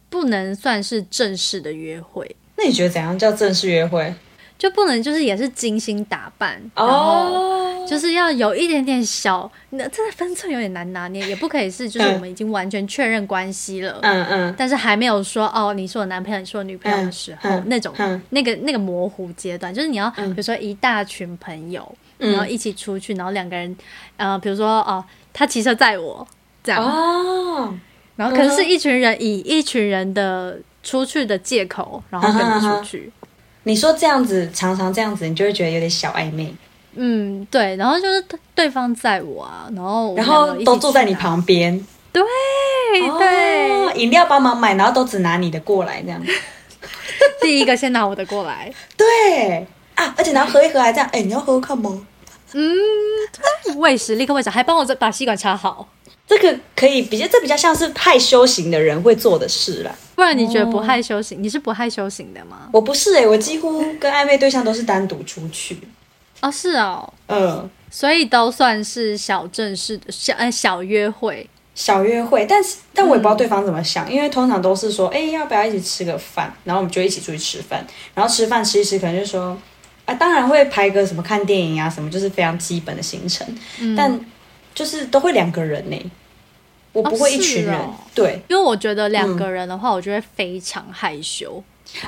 B: 不能算是正式的约会，
C: 那你觉得怎样叫正式约会？
B: 就不能就是也是精心打扮，然后
C: 哦，
B: 就是要有一点点小，那这个分寸有点难拿捏，也不可以是就是
C: 嗯
B: 我们已经完全确认关系了，
C: 嗯嗯，
B: 但是还没有说哦你是我男朋友，你是我女朋友的时候，
C: 嗯嗯
B: 那种、
C: 嗯
B: 那个那个模糊阶段，就是你要、比如说一大群朋友，
C: 嗯
B: 然后一起出去，然后两个人，呃，比如说哦他骑车载我这
C: 嗯
B: 样，
C: 哦，
B: 然后可是
C: 嗯
B: 是
C: 哼
B: 一群人以一群人的出去的借口，然后跟
C: 嗯哼
B: 他
C: 嗯哼
B: 出去。
C: 你说这样子，常常这样子，你就会觉得有点小暧昧，
B: 嗯，对，然后就是对对方载我啊，然后我们
C: 然后
B: 两个一起
C: 都坐在
B: 去
C: 你
B: 哪，
C: 旁边，
B: 对对
C: 哦，饮料帮忙买，然后都只拿你的过来这样。
B: 第一个先拿我的过来，
C: 对啊，而且然后喝一喝还这样，哎、你要喝喝看吗？
B: 喂食立刻喂食，还帮我再把吸管插好，
C: 这个可以比较，这比较像是害羞型的人会做的事啦。
B: 不然你觉得不害羞型？你是不害羞型的吗？
C: 我不是哎、我几乎跟暧昧对象都是单独出去，
B: 哦，是哦，
C: 呃，
B: 所以都算是小正式的小呃小约会，
C: 小约会，但是但我也不知道对方怎么
B: 嗯
C: 想，因为通常都是说，哎、要不要一起吃个饭？然后我们就一起出去吃饭，然后吃饭吃一吃，可能就说，啊，当然会排个什么看电影啊，什么就是非常基本的行程，
B: 嗯
C: 但就是都会两个人呢、我不会一群人，
B: 哦是哦
C: 对
B: 因为我觉得两个人的话，我就会非常害羞，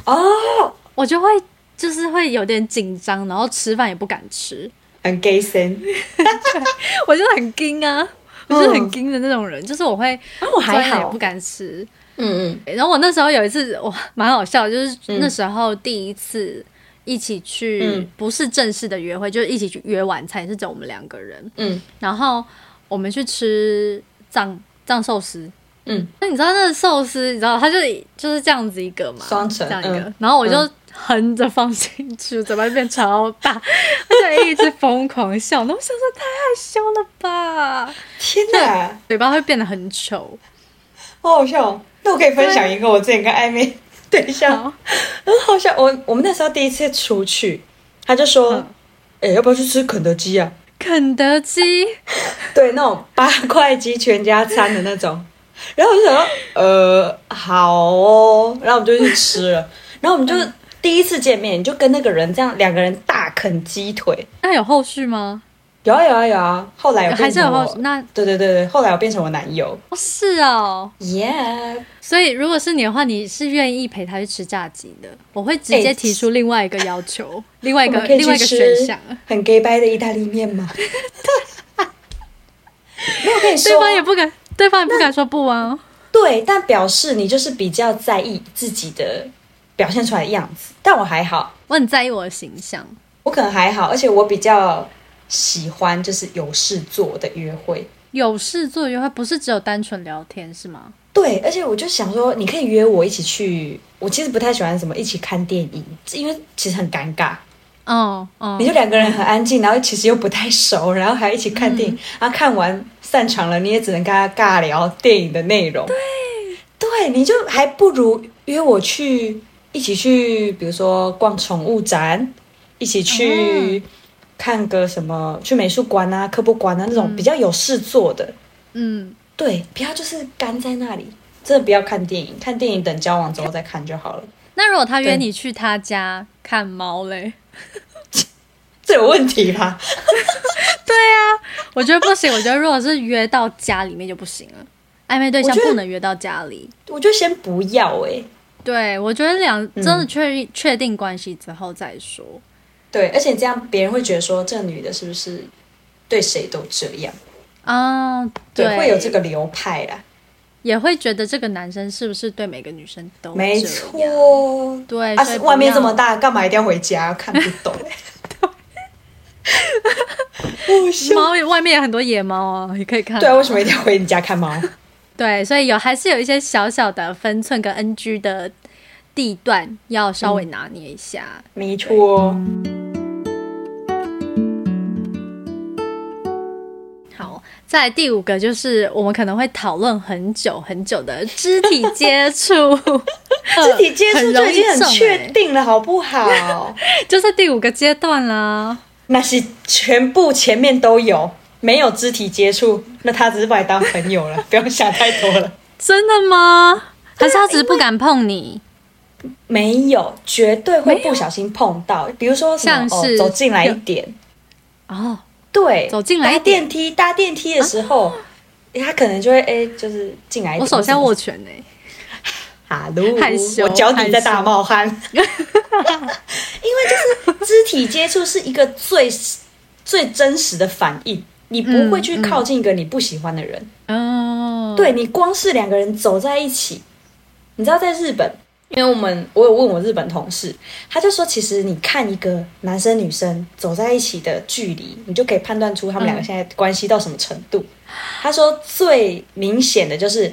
C: 哦，
B: 我就会就是会有点紧张，然后吃饭也不敢吃，
C: 很 gay 森，
B: 我就很惊啊，我就
C: 嗯
B: 很惊的那种人，就是我会
C: 啊，我
B: 虽然也不，敢吃。
C: 嗯嗯，
B: 然后我那时候有一次，哇，蛮好笑的，就是
C: 嗯
B: 那时候第一次一起去，
C: 嗯
B: 不是正式的约会，就是一起去约晚餐，也是只有我们两个人。
C: 嗯
B: 然后我们去吃藏藏寿司。
C: 嗯，
B: 那你知道那个寿司，你知道它就是就是这样子一个嘛，
C: 双层
B: 这样一个，
C: 嗯
B: 然后我就横着放进去，嘴巴就变超大， 而且一直疯狂笑，然后我想说太害羞了吧，
C: 天哪，
B: 嘴巴会变得很丑。
C: 好好笑哦！那我可以分享一个我之前跟暧昧对象
B: 好，
C: 很好笑。我我们那时候第一次出去，他就说：“
B: 嗯
C: 哎、要不要去吃肯德基啊
B: 肯德基，？”
C: 对，那种八块鸡全家餐的那种。然后我就想说：“呃，好哦。”然后我们就去吃 了。然后我们就
B: 嗯
C: 第一次见面，你就跟那个人这样两个人大啃鸡腿。
B: 那有后续吗？
C: 有啊有啊有啊！后来有变
B: 还是
C: 成
B: 有
C: 我
B: 后续？那
C: 对对对对，后来我变成我男友。
B: 哦是哦，
C: Yeah，
B: 所以如果是你的话，你是愿意陪他去吃炸鸡的？我会直接
C: 哎
B: 提出另外一个要 求，另外一个
C: 我们可以
B: 另外一
C: 去
B: 个
C: 吃
B: 选项，
C: 很 gay 掰的意大利面吗？ 没有跟你说
B: 对，方也不敢，对方也不敢说不啊。
C: 对，但表示你就是比较在意自己的表现出来的样子。但我还好，
B: 我很在意我的形象，
C: 我可能还好，而且我比较喜欢就是有事做的约会。
B: 有事做约会不是只有单纯聊天是吗？
C: 对，而且我就想说，你可以约我一起去。我其实不太喜欢什么一起看电影，因为其实很尴尬。
B: 嗯嗯
C: 你，就两个人很安静，然后其实又不太熟，然后还一起看电影，然后看完散场了，你也只能跟他尬聊电影的内容。对，对，你就还不如约我去一起去，比如说逛宠物展，一起去看个什么，去美术馆啊、科博馆啊那种比较有事做的。
B: 嗯，
C: 对，不要就是干在那里，真的不要看电影，看电影等交往之后再看就好了。
B: 那如果他约
C: 对
B: 你去他家看猫嘞？
C: 这有问题吧？
B: 对啊，我觉得不行。我觉得如果是约到家里面就不行了，暧昧对象
C: 我觉得
B: 不能约到家里。
C: 我就先不要哎、
B: 对，我觉得两
C: 嗯
B: 真的确定确定关系之后再说。
C: 对，而且这样别人会觉得说这女的是不是对谁都这样？
B: 啊，
C: 对，会有这，个流派啦。
B: 也会觉得这个男生是不是对每个女生都
C: 没
B: 这
C: 错
B: 样，对，
C: 啊
B: 所以，不
C: 外面这么
B: 要，
C: 大，干嘛一定要回家？看不 懂。好笑
B: 猫也外面有很多野猫啊，也可以看。
C: 哦对啊，为什么一定要回你家看猫？
B: 对，所以有还是有一些小小的分寸跟 NG 的地段要稍微拿捏一下。
C: 没错，
B: 嗯
C: 嗯
B: 好，再来第五个就是我们可能会讨论很久很久的肢体 接触，嗯
C: 肢体接触
B: 很
C: 就
B: 容
C: 已
B: 易
C: 经很
B: 中
C: 确
B: 欸，
C: 定了，好不好？
B: 就在第五个阶段啦。
C: 那是全部前面都有，没有肢体接触，那他只是把你当朋友了，不用想太多了。
B: 真的吗？还是他只是不敢碰你？
C: 没有，绝对会不小心碰到，比如说什么
B: 像是
C: 哦、走进来一点，
B: 哦，
C: 对，
B: 走进来一
C: 搭
B: 点
C: 电梯，搭电梯的时候，他可能就会哎、就是进来一点。
B: 我手下握拳欸呢、
C: 哈喽，
B: 害羞
C: 我脚底在大
B: 害羞
C: 冒汗， 因为就是肢体接触是一个最最真实的反应，你不会去靠近一个你不喜欢的人。
B: 嗯，
C: 对你光是两个人走在一起，你知道在日本，因为我们我有问我日本同事，他就说，其实你看一个男生女生走在一起的距离，你就可以判断出他们两个
B: 嗯
C: 现在关系到什么程度。他说最明显的就是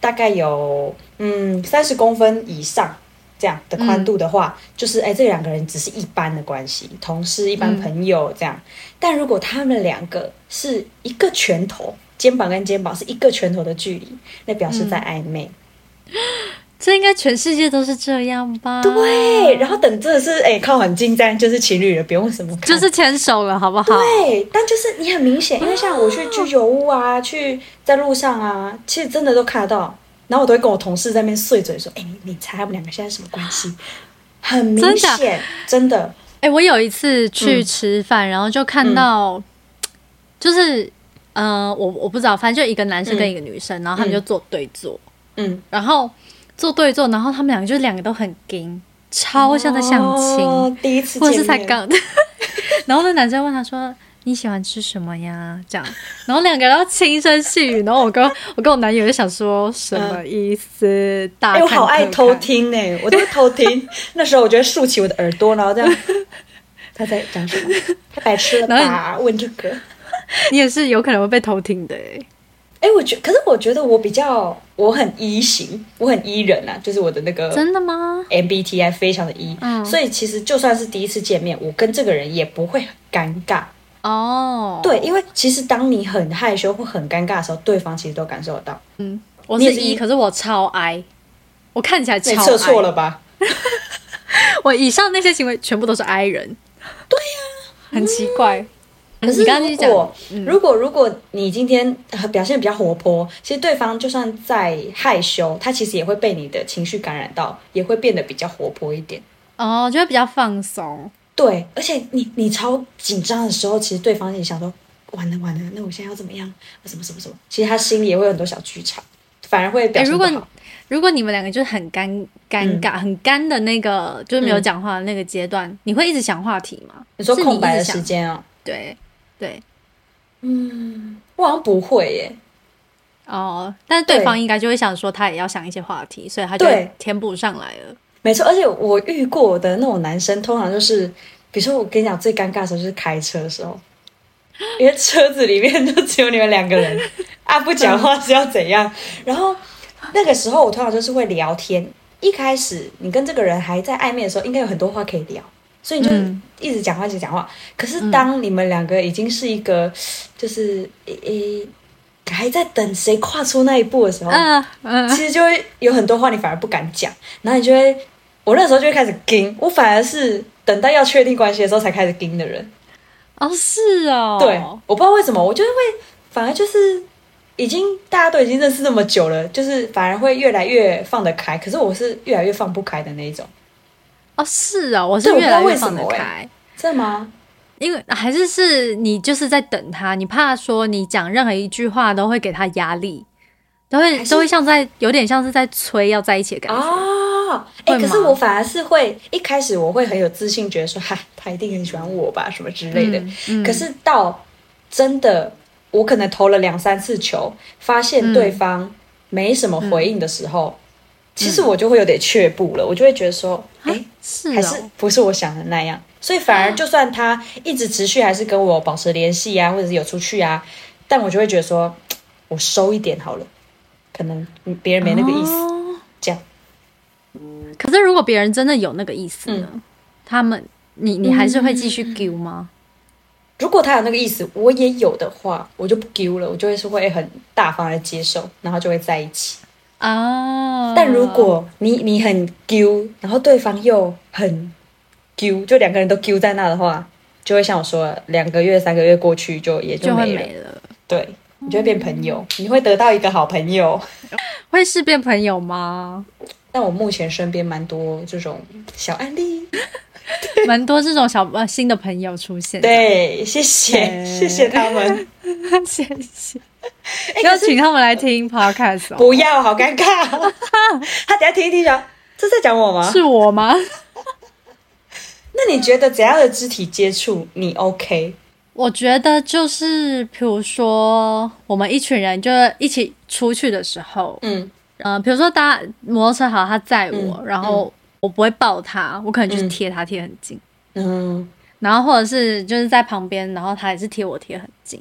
C: 大概有嗯三十公分以上。这样的宽度的话，就是哎、这两个人只是一般的关系，同事、一般
B: 嗯
C: 朋友这样。但如果他们两个是一个拳头，肩膀跟肩膀是一个拳头的距离，那表示在暧昧。
B: 这应该全世界都是这样吧？
C: 对，然后等真的是哎、靠很近，这样就是情侣了，不用什么看
B: 就是牵手了，好不好？
C: 对，但就是你很明显，因为像我去居酒屋啊，去在路上啊，其实真的都看得到。然后我都会跟我同事在那边碎嘴说：“哎、你你猜他们两个现在什么关系？”很明
B: 真的啊
C: 显，真的，
B: 哎、我有一次去
C: 嗯
B: 吃饭，然后就看到，就是，呃，我我不知道，反正就一个男生跟一个女生，然后他们就坐对坐，
C: 嗯，
B: 然后坐对坐，然后他们两个就两个都很硬，超像在相亲，
C: 哦第一次
B: 或者是
C: 见
B: 才
C: 面
B: 刚。 然后那男生问他说：“你喜欢吃什么呀？”这样，然后两个人要轻声细语，然后我跟我跟我男友就想说什么意思？大
C: 哎、
B: 看
C: 我好爱
B: 特看
C: 偷，听呢、我都会偷 听。那时候我就会竖起我的耳朵，然后这样，他在讲 什么？太白痴了
B: 然
C: 吧？问这个？
B: 你也是有可能会被偷听的哎、
C: 哎、我觉，可是我觉得我比较，我很 E 型，我很 E 人啊，就是我的那个
B: 真的吗？
C: MBTI 非常的 E，、
B: 嗯
C: 所以其实就算是第一次见面，我跟这个人也不会很尴尬。
B: 哦，
C: 对，，因为其实当你很害羞或很尴尬的时候，对方其实都感受得到。
B: 我
C: 你也
B: 是
C: 是
B: 一，
C: E
B: 可是我超 I，我看起来
C: 那
B: 超
C: 你测
B: I
C: 错了，吧？
B: 我以上那些行为全部都是 I 人。对呀、很奇怪。
C: 嗯可是
B: 你刚刚
C: 如
B: 就讲
C: 果、如果如果你今天呃表现得比较活泼，其实对方就算再害羞，他其实也会被你的情绪感染到，也会变得比较活泼一点。
B: 哦，就会比较放松。
C: 对，而且你你超紧张的时候，其实对方也想说，完了完了，那我现在要怎么样？什么什么什么？其实他心里也会有很多小剧场，反而会表
B: 哎、
C: 现
B: 如
C: 不
B: 果
C: 好。嗯
B: 你如果你们两个就是很尴尴尬、很干的那个，就是没有讲话的那个阶段，你会一直想话题吗？
C: 你说
B: 是
C: 空白
B: 一
C: 的
B: 直想
C: 时，间哦，
B: 对对
C: 我好像不会耶。
B: 哦，但是对
C: 对
B: 方应该就会想说他也要想一些话题，所以他就会
C: 对
B: 填补上来了。
C: 没错，而且我遇过的那种男生，通常就是，比如说我跟你讲最尴尬的时候就是开车的时候， 因为车子里面就只有你们两个人， 啊不讲话是要怎样？然后那个时候我通常就是会聊天，一开始你跟这个人还在暧昧的时候，应该有很多话可以聊，所以你就
B: 嗯
C: 一直讲话，一直讲话。可是当你们两个已经是一个，就是诶诶。还在等谁跨出那一步的时候，
B: 嗯 嗯、
C: 哦其实就会有很多话你反而不敢讲，然后你就会，我那时候就会开始盯，我反而是等到要确定关系的时候才开始盯的人。
B: 哦是哦，
C: 对，我不知道为什么，我就是会，反而就是已经大家都已经认识那么久了，就是反而会越来越放得开。可是我是越来越放不开的那一种，
B: 哦是哦，我
C: 对
B: 是
C: 我不
B: 越
C: 知道
B: 来越
C: 为什
B: 放得
C: 么欸
B: 开。
C: 真的吗？
B: 因为还是是你就是在等他，你怕说你讲任何一句话都会给他压力，都会
C: 还是
B: 都会像在有点像是在催要在一起的感觉。
C: 啊，哎、
B: 会
C: 可
B: 吗
C: 是我反而是会一开始我会很有自信，觉得说哈，他一定很喜欢我吧，什么之类的。
B: 嗯嗯
C: 可是到真的我可能投了两三次球，发现对方没什么回应的时
B: 嗯
C: 候，其实我就会有点却步了，我就会觉得说，哎、
B: 啊是
C: 还是
B: 哦，啊
C: 不是我想的那样。所以反而就算他一直持续还是跟我保持联系啊，或者是有出去啊，但我就会觉得说，我收一点好了，可能别人没那个意思，
B: 哦
C: 这样。
B: 可是如果别人真的有那个意思呢？他们，你你还是会继续
C: 嗯
B: give 吗？
C: 如果他有那个意思，我也有的话，我就不丢了，我就会是会很大方的接受，然后就会在一起。
B: 啊、
C: 但如果你你很丢，然后对方又很丢，就两个人都丢在那的话，就会像我说的，两个月、三个月过去就也
B: 就会
C: 没了。
B: 没了，
C: 对，你就会变朋友，你会得到一个好朋友。
B: 会是变朋友吗？
C: 但我目前身边蛮多这种小案例。
B: 蛮多这种小呃新的朋友出现，，
C: 对，谢谢，谢谢他们。
B: 谢谢。要请他们来听 podcast 哦，
C: 哎不要，好尴尬。 他等一下听一听想，这在讲我吗？
B: 是我吗？
C: 那你觉得怎样的肢体接触你 OK？
B: 我觉得就是，比如说我们一群人就一起出去的时候，
C: 嗯
B: 嗯，比如说搭摩托车好，他载我，然后我不会抱他，我可能就是
C: 嗯
B: 贴他贴很近，
C: 嗯，
B: 然后或者是就是在旁边，然后他也是贴我贴很近，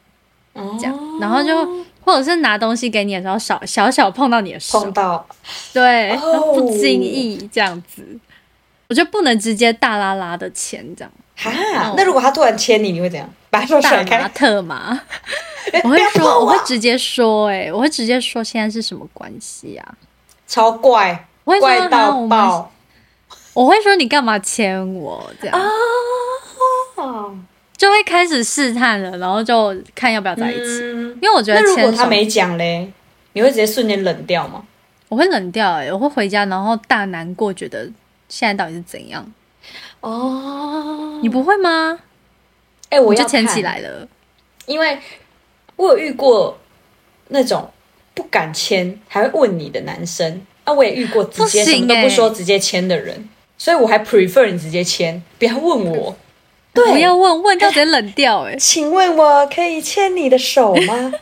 C: 这
B: 这样，然后就或者是拿东西给你的时候，小小小碰到你的手
C: 碰，哦到
B: 对，
C: 哦
B: 然后不经意这样子，我就不能直接大拉拉的牵这样，
C: 哈，
B: 哦
C: 那如果他突然牵你，你会怎样？把手
B: 大
C: 甩
B: 麻
C: 开？
B: 特麻，
C: 哎
B: 我
C: 不
B: 会
C: 要碰
B: 说，我
C: 我
B: 会直接说、哎，我会直接说现在是什么关系啊？
C: 超怪，
B: 我会
C: 怪
B: 说哈
C: 到
B: 我们
C: 爆
B: 我会说你干嘛牵我这
C: 啊
B: 样，
C: 哦！
B: 就会开始试探了，然后就看要不要在一起。
C: 嗯，
B: 因为我觉得
C: 那如果
B: 牵手
C: 他，没讲嘞，你会直接瞬间冷掉吗？
B: 我会冷掉、哎，我会回家然后大难过，觉得现在到底是怎样？
C: 哦，
B: 你不会吗？
C: 哎，我
B: 我
C: 要
B: 就牵起
C: 看
B: 来了。
C: 因为我有遇过那种不敢签还会问你的男生啊，我也遇过直接
B: 不行
C: 什么都不说
B: 欸
C: 直接签的 人，所以我还 prefer 你直接签，不要问我。对，，
B: 不要问问到直接冷掉、哎
C: 请问我可以牵你的手吗？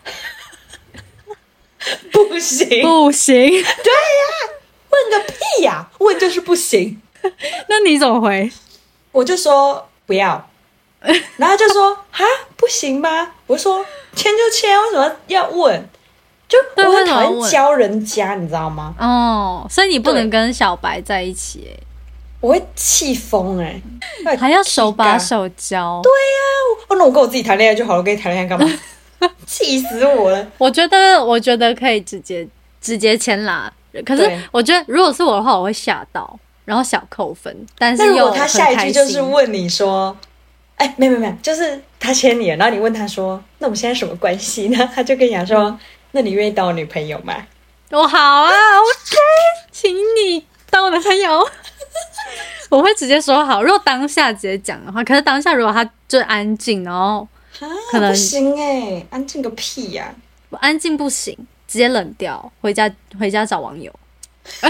C: 不行，
B: 不行，
C: 问个屁呀、问就是不行。
B: 那你怎么回？
C: 我就说不 要，然后他就说哈不行吗？我说签就签，为什么要问？就
B: 对
C: 我
B: 为
C: 很
B: 什么
C: 讨
B: 要
C: 厌
B: 问
C: 教人家，你知道吗？
B: 哦，所以你不
C: 对
B: 能跟小白在一起、哎。
C: 我会气疯哎！会
B: 还要手把手
C: 啊
B: 教。对，
C: 哦，那我跟我自己谈恋爱就好了，我跟你谈恋爱干 嘛？气死我了！
B: 我觉得我觉得可以直接直接牵拉，可是
C: 对
B: 我觉得如果是我的话，我会吓到，然后小扣分，但
C: 那
B: 是
C: 如
B: 又
C: 果他下一句就
B: 很开
C: 是
B: 心
C: 问你说：“哎、没有没有没有，就是他牵你了，然后你问他说，那我们现在什么关系呢？”他就跟你讲说：“
B: 嗯
C: 那你愿意当我女朋友吗
B: 我好啊，OK，请你当我男朋 友。我会直接说好，如果当下直接讲的话，可是当下如果他就安静，然后？”
C: 啊，
B: 可能
C: 不行哎、安静个屁呀、
B: 安静不行，直接冷掉，回家回家找网友，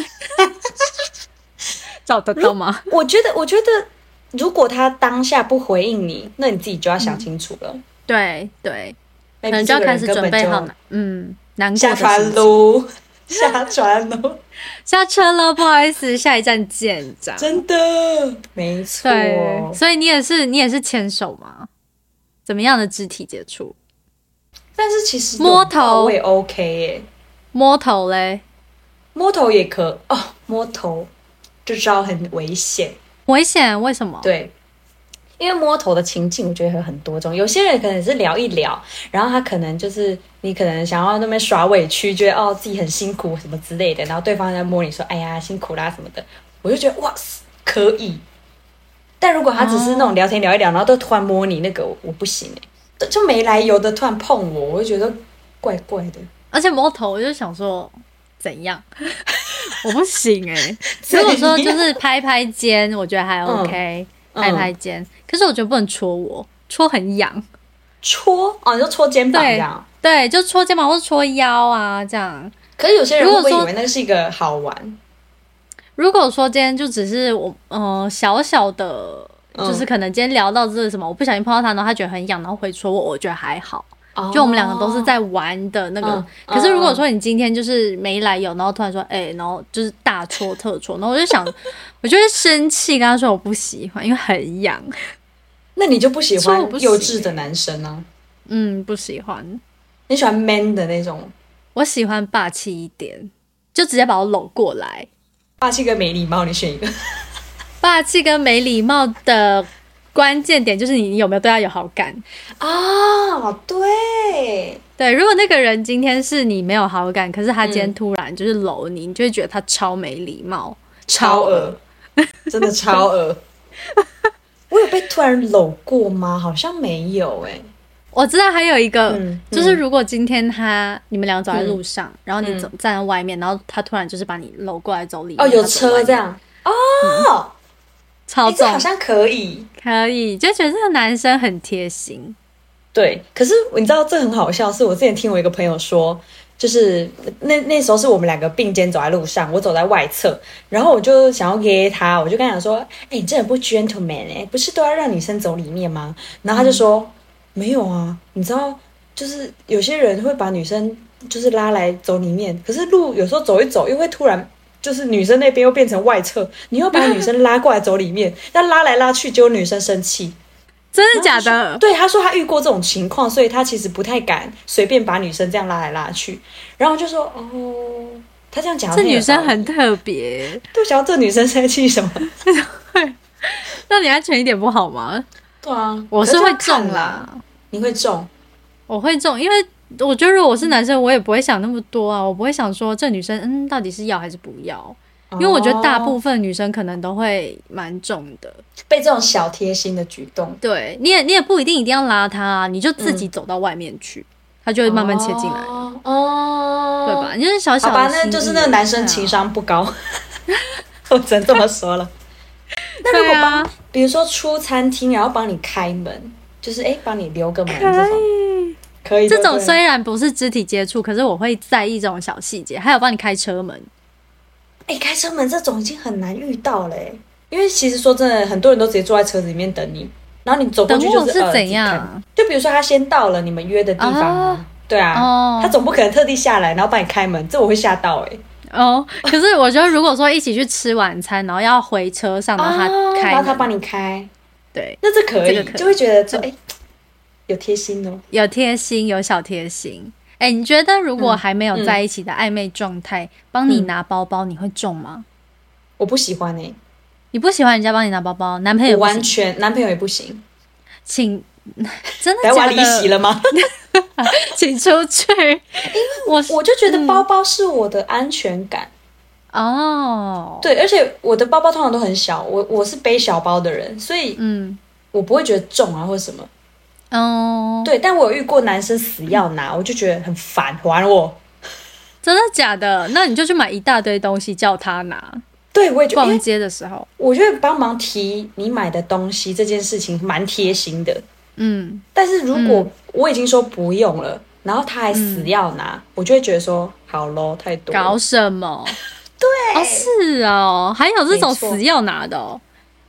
B: 找得到吗？
C: 我觉得，我觉得，如果他当下不回应你，那你自己就要想清楚了，
B: 对对，
C: 可
B: 嗯可能就要开始准备好难，嗯，难过
C: 下
B: 的心
C: 船
B: 情
C: 喽， 下船喽。
B: 下车了，不好意思，下一站见，这样。
C: 真的，没错。
B: 对，所以你也是，你也是牵手吗？怎么样的肢体接触？
C: 但是其实
B: 摸头
C: 拥抱我也 OK 耶，
B: 摸头嘞？
C: 摸头也可哦，摸头这招很危险。
B: 危险？为什么？
C: 对，因为摸头的情境，我觉得有很多种。有些人可能是聊一聊，然后他可能就是你可能想要那边耍委屈，觉得哦自己很辛苦什么之类的，然后对方在摸你说哎呀辛苦啦什么的，我就觉得哇塞可以。但如果他只是那种聊天聊一聊，然后都突然摸你，那个我我不行哎、就就没来由的突然碰我，我就觉得怪怪的。
B: 而且摸头，我就想说，怎样？我不行哎、如果说就是拍拍肩，我觉得还 OK，、
C: 嗯
B: 拍拍肩。可是我觉得不能戳我，戳很痒。
C: 戳哦，你就戳肩膀这
B: 对
C: 样。
B: 对，就戳肩膀或者戳腰啊，这样。
C: 可是有些人
B: 如
C: 会
B: 果
C: 不会
B: 说
C: 以为那是一个好玩？
B: 如果说今天就只是我，呃，小小的，
C: 嗯
B: 就是可能今天聊到这个什么，我不小心碰到他，然后他觉得很痒，然后回戳我，我觉得还好。就我们两个都是在玩的那个。
C: 哦嗯
B: 可是如果说你今天就是没来由，然后突然说，哎、然后就是大戳特戳，然后我就想， 我就会生气，跟他说我不喜欢，因为很痒，
C: 那你就不喜
B: 说
C: 欢
B: 我不
C: 幼
B: 行
C: 稚的男生呢、
B: 嗯，不喜欢，
C: 你喜欢 man 的那种
B: 我喜欢霸气一点，就直接把我搂过来。
C: 霸气跟没礼貌，你选一个。
B: 霸气跟没礼貌的关键点就是你有没有对他有好感。
C: 啊，对，
B: 对，如果那个人今天是你没有好感，可是他今
C: 嗯
B: 天突然就是搂你，你就会觉得他超没礼貌，
C: 超
B: 恶。
C: 恶，真的超恶。 我有被突然搂过吗？好像没有哎、
B: 我知道还有一个，
C: 嗯
B: 就是如果今天他你们俩走在路上，然后你
C: 嗯
B: 走站在外面，然后他突然就是把你搂过来走里面，
C: 哦，有
B: 他走外
C: 车
B: 面
C: 这，样哦，
B: 超
C: 诶这
B: 重，
C: 好像可以。
B: 可以就觉得这个男生很贴心。
C: 对，可是你知道这很好笑，是我之前听我一个朋友说，就是那那时候是我们两个并肩走在路上，我走在外侧，然后我就想要约他，我就跟他讲说：“哎、你真的不 gentleman 哎、不是都要让女生走里面吗？”然后他就说：“没有啊，你知道，就是有些人会把女生就是拉来走里面，可是路有时候走一走，又会突然。”就是女生那边又变成外侧，你又把女生拉过来走里面，但拉来拉去，结果女生生气，
B: 真的假
C: 他说
B: 的？
C: 对，他说他遇过这种情况，所以他其实不太敢随便把女生这样拉来拉去。然后我就说哦，他这样讲好
B: 这
C: 像有道理，
B: 女生很特别，
C: 对，想要这女生是在气什么？
B: 让你安全一点不好吗？
C: 对啊，
B: 我
C: 可
B: 是
C: 就
B: 会
C: 要看啦，
B: 中啦，
C: 你会中，
B: 我会中，因为我觉得如果我是男生，我也不会想那么多啊，我不会想说这女生嗯到底是要还是不要，因为我觉得大部
C: 哦
B: 分女生可能都会蛮重的。
C: 被这种小贴心的举动
B: 对，你也你也不一定一定要拉他啊，你就自己走到外面去，他就会慢慢切进来，
C: 嗯哦，哦
B: 对吧？？你就是小小
C: 好
B: 的
C: 吧，
B: 心啊
C: 那
B: 意啊
C: 就是那个男生情，商不高， 我只能这么说了。那如
B: 对
C: 果帮
B: 啊，
C: 比如说出餐厅，然后帮你开门，就是哎，诶帮你留个门这种，可以
B: 这种
C: 声
B: 虽然不是肢体接触，可是我会在意这种小细节，还有帮你开车门，
C: 哎、开车门这种已经很难遇到了、欸，因为其实说真的，很多人都直接坐在车子里面等你，然后你走过
B: 等
C: 去就
B: 我
C: 是呃
B: 怎？
C: 自己看
B: 样？
C: 就比如说他先到了你们约的地方啊，
B: 啊
C: 对啊，
B: 哦
C: 他总不可能特地下来然后帮你开门，这我会吓到哎、欸。
B: 哦，可是我觉得如果说一起去吃晚餐，然后要回车上，然后他开门，
C: 啊哦然后他帮你开，
B: 对，
C: 那这可以，
B: 这个可以
C: 就会觉得说哎、有贴心哦。
B: 有贴心，有小贴心。哎、你觉得如果
C: 嗯
B: 还没有
C: 嗯
B: 在一起的暧昧状态，帮你
C: 嗯
B: 拿包包，你会中吗？
C: 我不喜欢哎、
B: 你不喜欢人家帮你拿包包，男朋友
C: 我
B: 哎不喜
C: 完全男朋友也不行，
B: 请 真的
C: 来我要
B: 假的？
C: 离席了 吗？
B: 请出去。我是
C: 我就觉
B: 嗯
C: 得包包是我的安全感，
B: 哦，，
C: 对，而且我的包包通常都很小，我我是背小包的人，所以
B: 嗯，
C: 我不会觉得重啊或什么。
B: 哦，，
C: 对，但我有遇过男生死要 拿，我就觉得很烦，还我。
B: 真的假的？那你就去买一大堆东西叫他拿。
C: 对，我也觉得，因
B: 逛
C: 为
B: 街的时候，
C: 我觉得帮忙提你买的东西这件事情蛮贴心的。
B: 嗯，
C: 但是如果我已经说不用了，然后他还死要拿，我就会觉得说好咯，太多了。
B: 嗯搞什么？对，哦，是哦，还有这种
C: 没错
B: 死要拿的哦。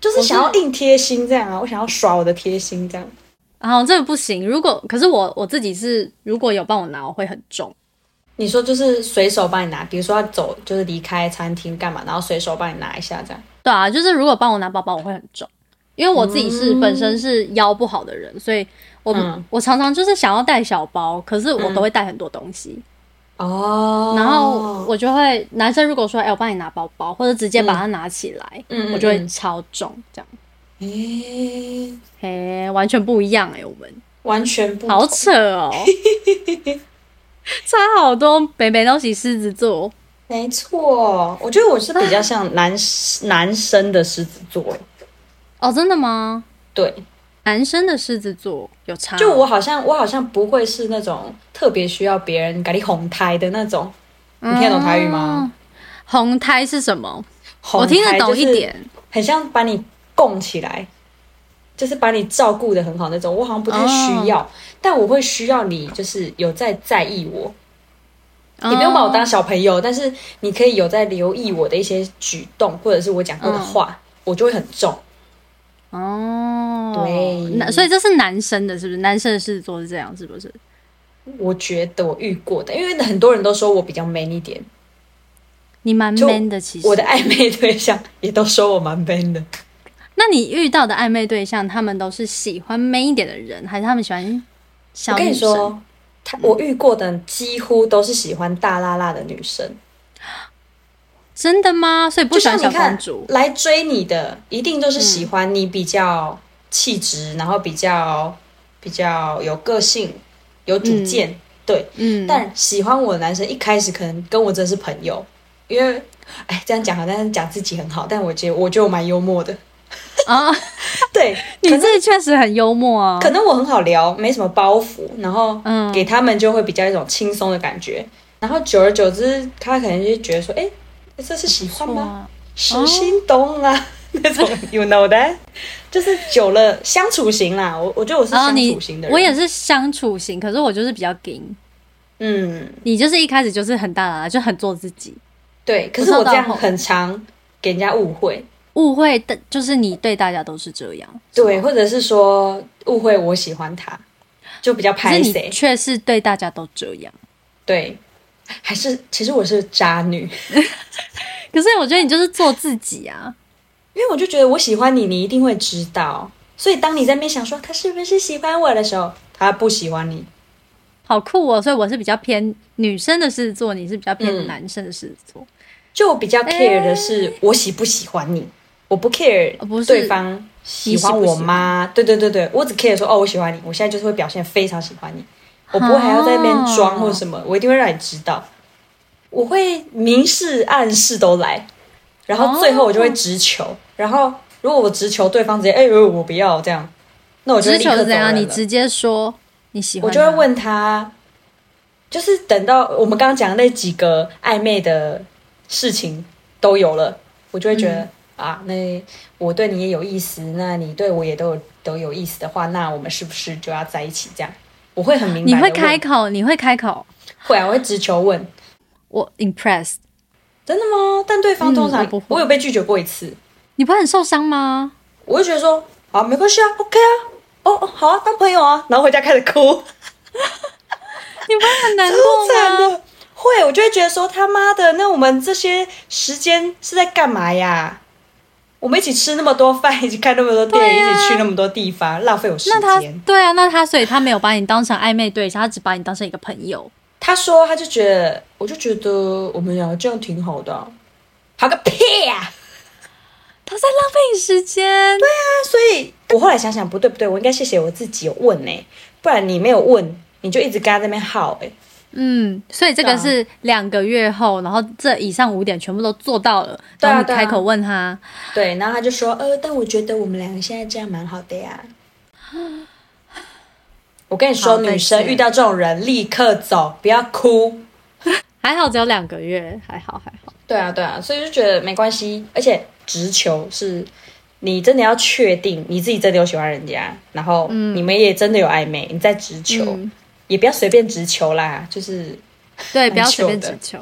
C: 就是想要硬贴心这样啊，我想要耍我的贴心这样。
B: 然后这个不行，如果可是我我自己是，如果有帮我拿，我会很重。
C: 你说就是随手帮你拿，比如说要走就是离开餐厅干嘛，然后随手帮你拿一下这样。
B: 对啊，就是如果帮我拿包包，我会很重，因为我自己是、
C: 嗯
B: 本身是腰不好的人，所以我、
C: 嗯
B: 我常常就是想要带小包，可是我都会带很多东西，
C: 哦，
B: 然后我就会男生如果说哎、我帮你拿包包，或者直接把它拿起来，
C: 嗯嗯嗯
B: 我就会
C: 嗯
B: 超重这样，
C: 诶、
B: 嘿，完全不一样哎、我们
C: 完全不
B: 好
C: 同
B: 扯 哦，差好多，北北都喜狮子座，
C: 没错，我觉得我是比较像男男生的狮子座，
B: 哦，真的吗？
C: 对，
B: 男生的狮子座有差，
C: 就我好像我好像不会是那种特别需要别人给你哄抬的那种，你听得懂台语吗？
B: 嗯红胎是什么？
C: 哄
B: 我
C: 抬
B: 听得懂一
C: 就是
B: 点，
C: 很像把你供起来，就是把你照顾的很好那种。我好像不太需
B: 哦
C: 要，但我会需要你，就是有在在意我，你不用把我当
B: 哦
C: 小朋友，但是你可以有在留意我的一些举动，或者是我讲过的话，我就会很重。
B: 哦，
C: 对
B: 那所以这是男生的，是不是？男生的狮子座是这样，是不是？
C: 我觉得我遇过的，因为很多人都说我比较 man 一点，
B: 你蛮
C: 就
B: man 的，其实。
C: 我的暧昧对象也都说我蛮 man 的。
B: 那你遇到的暧昧对象，他们都是喜欢 man 一点的人，还是他们喜欢
C: 我
B: 小
C: 跟
B: 女
C: 你
B: 生？
C: 说，他我遇过的几乎都是喜欢大辣辣的女生。
B: 真的吗？所以不
C: 就
B: 喜
C: 像
B: 欢
C: 你
B: 小
C: 看
B: 公主，
C: 来追你的，一定都是喜欢你比较气质，然后比较比较有个性、有主见。对，
B: 嗯，
C: 但喜欢我的男生一开始可能跟我真是朋友，因为哎这样讲好，但是讲自己很好，但我觉得我觉得我蛮幽默的。
B: 啊，
C: 对，
B: 你
C: 可能
B: 这确实很幽默啊，
C: 可能我很好聊，没什么包袱，然后
B: 嗯
C: 给他们就会比较一种轻松的感觉。然后久而久之，他可能就觉得说，哎，这是喜欢吗？
B: 哇
C: 失心东
B: 哦
C: 啊、 那种，you know that，就是久了相处型啦。我我觉得我是
B: 哦，
C: 相
B: 你
C: 处型的人，
B: 我也是相处型，可是我就是比较硬，
C: 嗯，
B: 你就是一开始就是很大啦啦，就很做自己，
C: 对。可
B: 我
C: 是
B: 知
C: 我
B: 道
C: 这样
B: 后
C: 很常给人家误会，
B: 误会的，就是你对大家都是这样，
C: 对，或者是说误会我喜欢他，就比较
B: 可是
C: 拍
B: 你
C: 谁，
B: 却是对大家都这样。
C: 对。还是其实我是渣女，
B: 可是我觉得你就是做自己啊，
C: 因为我就觉得我喜欢你，你一定会知道。所以当你在那边想说他是不是喜欢我的时候，他不喜欢你。
B: 好酷哦！所以我是比较偏女生的狮子座，你是比较偏
C: 嗯
B: 男生的狮子座。
C: 就我比
B: 哎
C: 较 care 的是我喜不喜欢你，我不 care
B: 哦不是
C: 对方喜欢我吗？对对对对，我只 care 说哦，我喜欢你，我现在就是会表现非常喜欢你，我不会还要在那边装
B: 啊
C: 或什么，我一定会让你知道，我会明示暗示都来，然后最后我就
B: 哦
C: 会直球，然后如果我直球对方直接哎呦、我不要这样，那我就会
B: 直
C: 立
B: 球
C: 刻
B: 是
C: 走
B: 怎
C: 人了
B: 样？你直接说你喜欢啊
C: 我
B: 他，
C: 就会问他，就是等到我们刚刚讲的那几个暧昧的事情都有了，我就会觉得、
B: 嗯
C: 啊，那我对你也有意思，那你对我也都有都有意思的话，那我们是不是就要在一起？这样我会很明白，
B: 你会开，口，你会开口，
C: 会啊，我会直球问，
B: 我 impressed。
C: 真的吗？但对方通常、
B: 嗯我不会
C: 我有被拒绝过一次，
B: 你不会很受伤吗？
C: 我就觉得说啊，没关系啊，OK 啊，哦哦，好啊，当朋友啊，然后回家开始哭。
B: 你不会很难啊
C: 超惨
B: 过吗？
C: 的。会，我就会觉得说他妈的，那我们这些时间是在干嘛呀？我们一起吃那么多饭，一起看那么多电影，
B: 对啊
C: 一起去那么多地方，浪费我时
B: 那他
C: 间。
B: 对啊，那他所以他没有把你当成暧昧对象，他只把你当成一个朋友。
C: 他说他就觉得，我就觉得我们俩这样挺好的啊、好个屁啊呀、
B: 他在浪费你时间。对，
C: 那啊所以我后来想想，不对不对，我应该谢谢我自己有问呢、不然你没有问，你就一直跟他在那边耗哎、
B: 嗯，所以这
C: 对
B: 个
C: 啊
B: 是两个月后，然后这以上五点全部都做到了，
C: 对啊
B: 然后你
C: 对啊
B: 开口问他，
C: 对，然后他就说，呃，但我觉得我们两个现在这样蛮好的呀。我跟你
B: 好
C: 说，
B: 再
C: 女生
B: 见
C: 遇到这种人立刻走，不要哭。
B: 还好只有两个月，还好还好。
C: 对啊，对啊，所以就觉得没关系，而且直球是你真的要确定你自己真的有喜欢人家，然后你们也真的有暧昧，你再直球，
B: 嗯
C: 也不要随便直球啦，就是
B: 对，
C: 蛮
B: 不要随便
C: 糗的
B: 只求，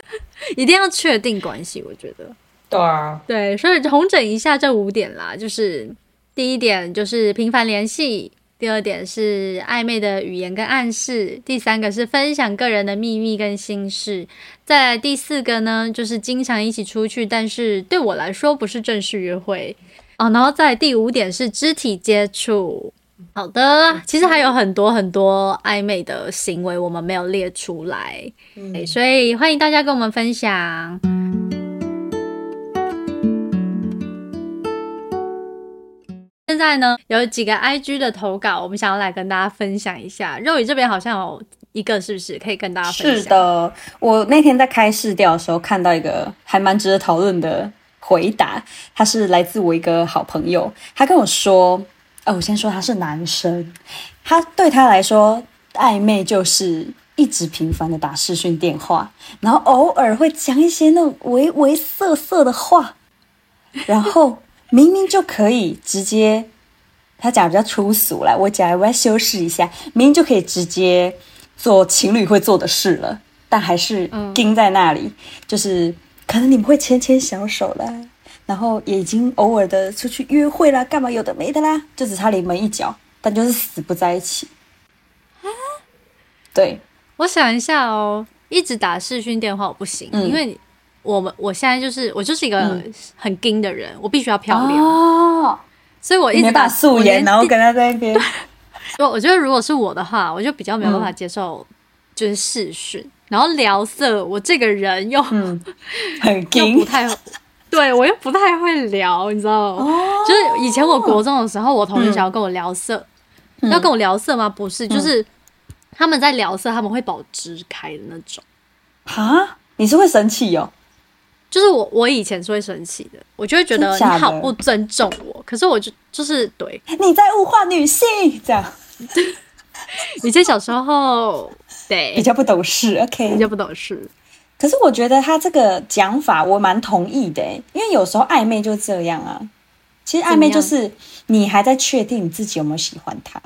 B: 一定要确定关系。我觉得
C: 对啊，
B: 对，所以重整一下这五点啦，就是第一点就是频繁联系。第二点是暧昧的语言跟暗示，第三个是分享个人的秘密跟心事，再来第四个呢，就是经常一起出去，但是对我来说不是正式约会哦。然后再来第五点是肢体接触。好的，其实还有很多很多暧昧的行为我们没有列出来，
D: 嗯
B: 哎所以欢迎大家跟我们分享。现在呢，有几个 IG 的投稿，我们想要来跟大家分享一下。肉宇这边好像有一个，是不是可以跟大家分享？
D: 是的，我那天在开市调的时候看到一个还蛮值得讨论的回答，他是来自我一个好朋友，他跟我说，呃，我先说他是男生，他对他来说暧昧就是。一直频繁的打视讯电话，然后偶尔会讲一些那种唯唯色色的话，然后明明就可以直接，他讲比较粗俗啦，我讲我要修饰一下，明明就可以直接做情侣会做的事了，但还是
B: 嗯
D: 盯在那里，就是可能你们会牵牵小手啦，然后也已经偶尔的出去约会啦，干嘛有的没的啦，就只差临门一脚，但就是死不在一起。
B: 啊
D: 对，
B: 我想一下哦，一直打视讯电话我不行，
D: 嗯
B: 因为我们我现在就是我就是一个很硬的人，我必须要漂亮，
D: 哦，
B: 所以我一
D: 你
B: 直
D: 没
B: 打
D: 办法素颜，然后
B: 我连
D: 跟他在那边，嗯
B: 我我觉得如果是我的话，我就比较没有办法接受就是视讯，然后聊色，我这个人又、
D: 嗯，很
B: 又不
D: 硬
B: 太，对我又不太会聊，你知道吗？
D: 哦
B: 就是以前我国中的时候，我同学
D: 嗯
B: 想要跟我聊色，要跟我聊色吗？不是，就是他们在聊色，他们会把我支开的那种。
D: 哈，你是会生气哦？
B: 就是我，我以前是会生气的，我就会觉得
D: 真
B: 你
D: 假的
B: 好不尊重我。可是我就就是对，
D: 你在物化女性，这样
B: 以前小时候对
D: 比较不懂事。
B: 比
D: OK，
B: 较不懂事，
D: 可是我觉得他这个讲法我蛮同意的欸，因为有时候暧昧就这样啊。其实暧昧就是你还在确定你自己有没有喜欢他，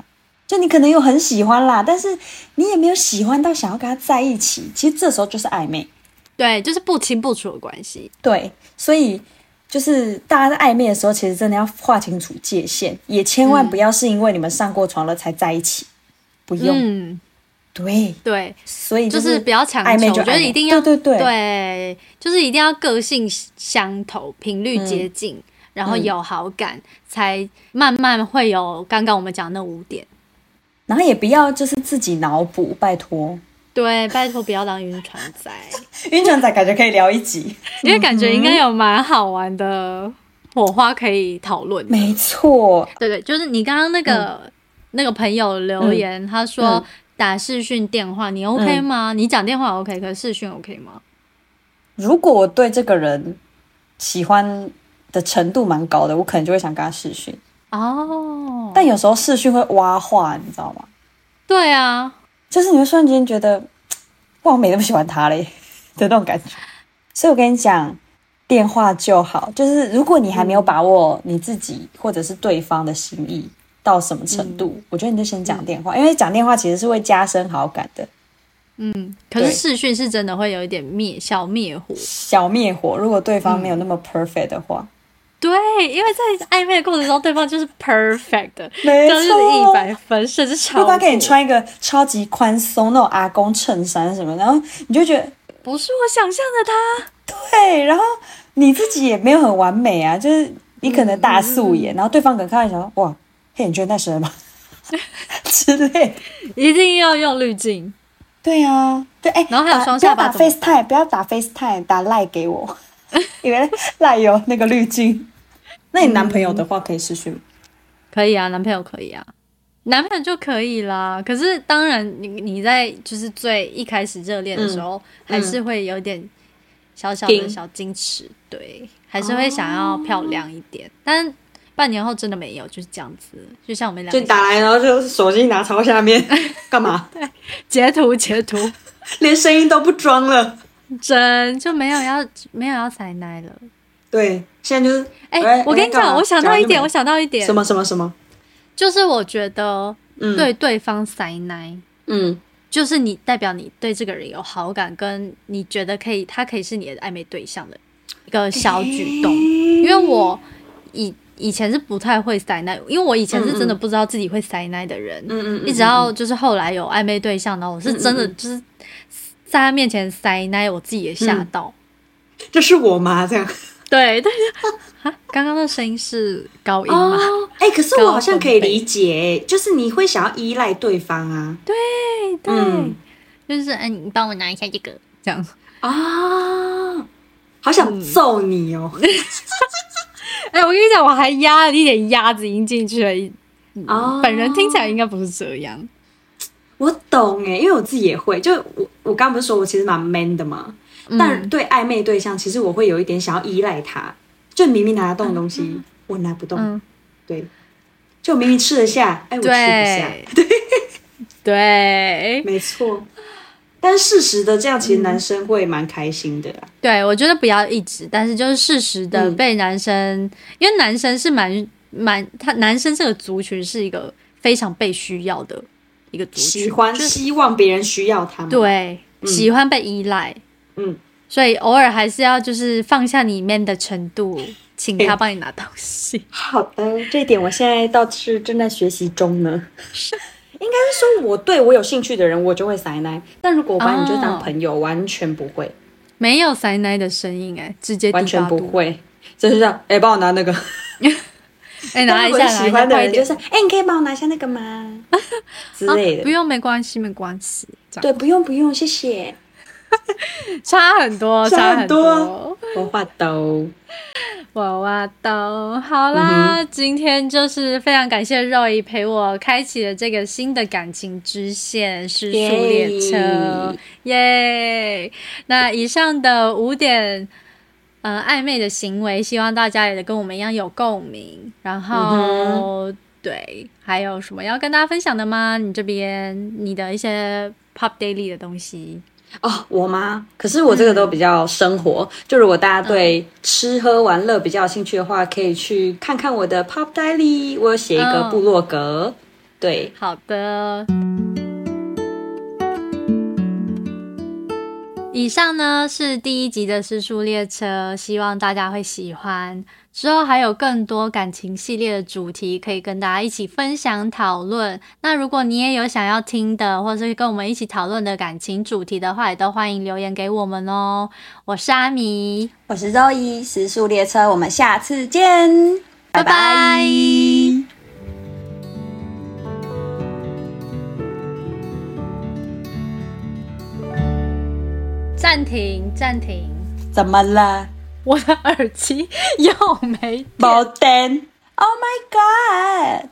D: 就你可能有很喜欢啦，但是你也没有喜欢到想要跟他在一起。其实这时候就是暧昧。
B: 对，就是不清不楚的关系。
D: 对，所以就是大家在暧昧的时候，其实真的要划清楚界限，也千万不要是因为你们上过床了才在一起，不用。
B: 嗯，
D: 对，
B: 对，
D: 所以
B: 就是是不要强
D: 暧昧
B: 求，
D: 就
B: 我觉
D: 暧
B: 得
D: 昧
B: 一定要
D: 对对对
B: 对就是一定要个性相投、频率接近，然后
D: 嗯
B: 有好感，才慢慢会有刚刚我们讲的那五点。
D: 然后也不要就是自己脑补，拜托。
B: 对，拜托不要当晕船仔，
D: 晕船仔感觉可以聊 一集，
B: 因为感觉应该有蛮好玩的火花可以讨论的。
D: 没错，
B: 对对，就是你刚刚那个、那个朋友留言，他说
D: 嗯
B: 打视讯电话，你 OK 吗？你讲电话 OK，可是视讯 OK 吗？
D: 如果我对这个人喜欢的程度蛮高的，我可能就会想跟他试训。
B: 哦，
D: 但有时候试训会挖话，你知道吗？
B: 对啊，
D: 就是你会瞬间觉得，哇，我没那么喜欢他嘞的那种感觉。所以我跟你讲，电话就好。就是如果你还没有把握你自己或者是对方的心意到什么程
B: 嗯
D: 度，我觉得你就先讲电话，因为讲电话其实是会加深好感的。
B: 可是
D: 对
B: 视讯是真的会有一点灭小灭火，
D: 小灭火，如果对方没有那么
B: 嗯
D: perfect 的话，
B: 对，因为在暧昧的过程中，对方就是 perfect 的，
D: 没
B: 就是一
D: 错
B: 百分，甚至超过。
D: 如果他给你穿一个超级宽松那种阿公衬衫什么，然后你就觉得
B: 不是我想象的他，
D: 对，然后你自己也没有很完美啊，就是你可能大素
B: 嗯
D: 颜，然后对方可能看到你想说哇，黑眼圈太深了吧 之类。
B: 一定要用滤镜。
D: 对啊，对，哎、
B: 然后还有
D: 打
B: 双下巴
D: 不
B: 怎么
D: 要打 FaceTime，不要打 FaceTime，打赖给我， 因为赖有那个滤镜。那你男朋友的话可以试训吗？
B: 可以啊，男朋友可以啊，男朋友就可以啦。可是当然你，你在就是最一开始热恋的时候，还是会有点小小的
C: 紧
B: 小矜持，对，还是会想要漂亮一点。但半年后真的没有，就是这样子。就像我们两个
C: 就打来，然后就是手机拿朝下 面，干嘛？
B: 截图截图，
C: 连声音都不装了。
B: 真就没有要没有要塞奶了。
C: 对，现在就是，
B: 哎、
C: 喂
B: 我跟
C: 喂
B: 你
C: 干嘛
B: 讲，我想到一点，
C: 讲
B: 我
C: 完就
B: 想到一
C: 没
B: 点，
C: 什么什么什么，
B: 就是我觉得
C: 嗯，
B: 对，对方塞奶，
C: 嗯，
B: 就是你代表你对这个人有好感，跟你觉得可以，他可以是你的暧昧对象的一个小举动。因为我以以前是不太会塞奶，因为我以前是真的不知道自己会塞奶的人，
C: 嗯嗯嗯
B: 一直到就是后来有暧昧对象，然后我是真的就是在他面前塞奶，我自己也吓到。
C: 这是我吗？这样。
B: 对，但是啊，刚刚的声音是高音吗？
C: 哦，哎、可是我好像可以
B: 高分贝
C: 理解，就是你会想要依赖对方啊。对
B: 对对，嗯就是哎、你帮我拿一下这个，这样。
C: 啊、好想揍你哦！
B: 哎、我跟你讲，我还压了一点鸭子音进去了，
C: 哦
B: 本人听起来应该不是这样。
C: 我懂哎，因为我自己也会，就我我刚不是说我其实蛮 man 的嘛，哦但对暧昧对象，其实我会有一点想要依赖他，就明明拿得动的东西，我拿不动，
B: 嗯
C: 对，就明明吃得下，哎，我吃不下，
B: 对，对，
C: 没错。但事实的这样，其实男生会蛮开心的啊啦。
B: 对，我觉得不要一直，但是就是适时的
C: 嗯
B: 被男生，因为男生是蛮蛮，他男生这个族群是一个非常被需要的一个族群，
C: 喜欢
B: 就是
C: 希望别人需要他们，，
B: 对、喜欢被依赖，
C: 嗯，
B: 所以偶尔还是要就是放下里面的程度，请他帮你拿东 西。
C: 好的，这一点我现在倒是正在学习中呢。 应该是说我对我有兴趣的人，我就会塞奶；但如果我把你就当朋友，完全不会，
B: 没有塞奶的声音哎、直接
C: 完全
B: 低八
C: 不
B: 度
C: 会。就是这样，哎、帮我拿那个。
B: 哎、 拿一下，
C: 但
B: 拿
C: 是我喜
B: 一下，
C: 欢的
B: 快一
C: 人就
B: 点
C: 是，哎、你可以帮我拿下那个 吗？之
B: 啊
C: 类的。
B: 不用，没关系，没关系，这样。
C: 对，不用不用，谢谢。
B: 差很多，
C: 差
B: 很
C: 很多啊我画哦兜，
B: 娃娃豆，好啦，今天就是非常感谢 Roy 陪我开启了这个新的感情支线——失速列车，耶！那以上的五点，呃，暧昧的行为，希望大家也跟我们一样有共鸣。然后，对，还有什么要跟大家分享的吗？你这边你的一些 Pop Daily 的东西，
C: 哦，我吗？可是我这个都比较生活，就如果大家对吃喝玩乐比较有兴趣的话，可以去看看我的 Pop Daily，我有写一个
B: 嗯
C: 部落格。对，
B: 好的。以上呢是第一集的《失速列车》，希望大家会喜欢。之后还有更多感情系列的主题可以跟大家一起分享讨论。那如果你也有想要听的，或者是跟我们一起讨论的感情主题的话，也都欢迎留言给我们哦。我是阿米，
C: 我是周一，时速列车，我们下次见，
B: 拜拜暂停，暂停，
C: 怎么了？
B: 我的耳机又没
C: 没电？Oh my god！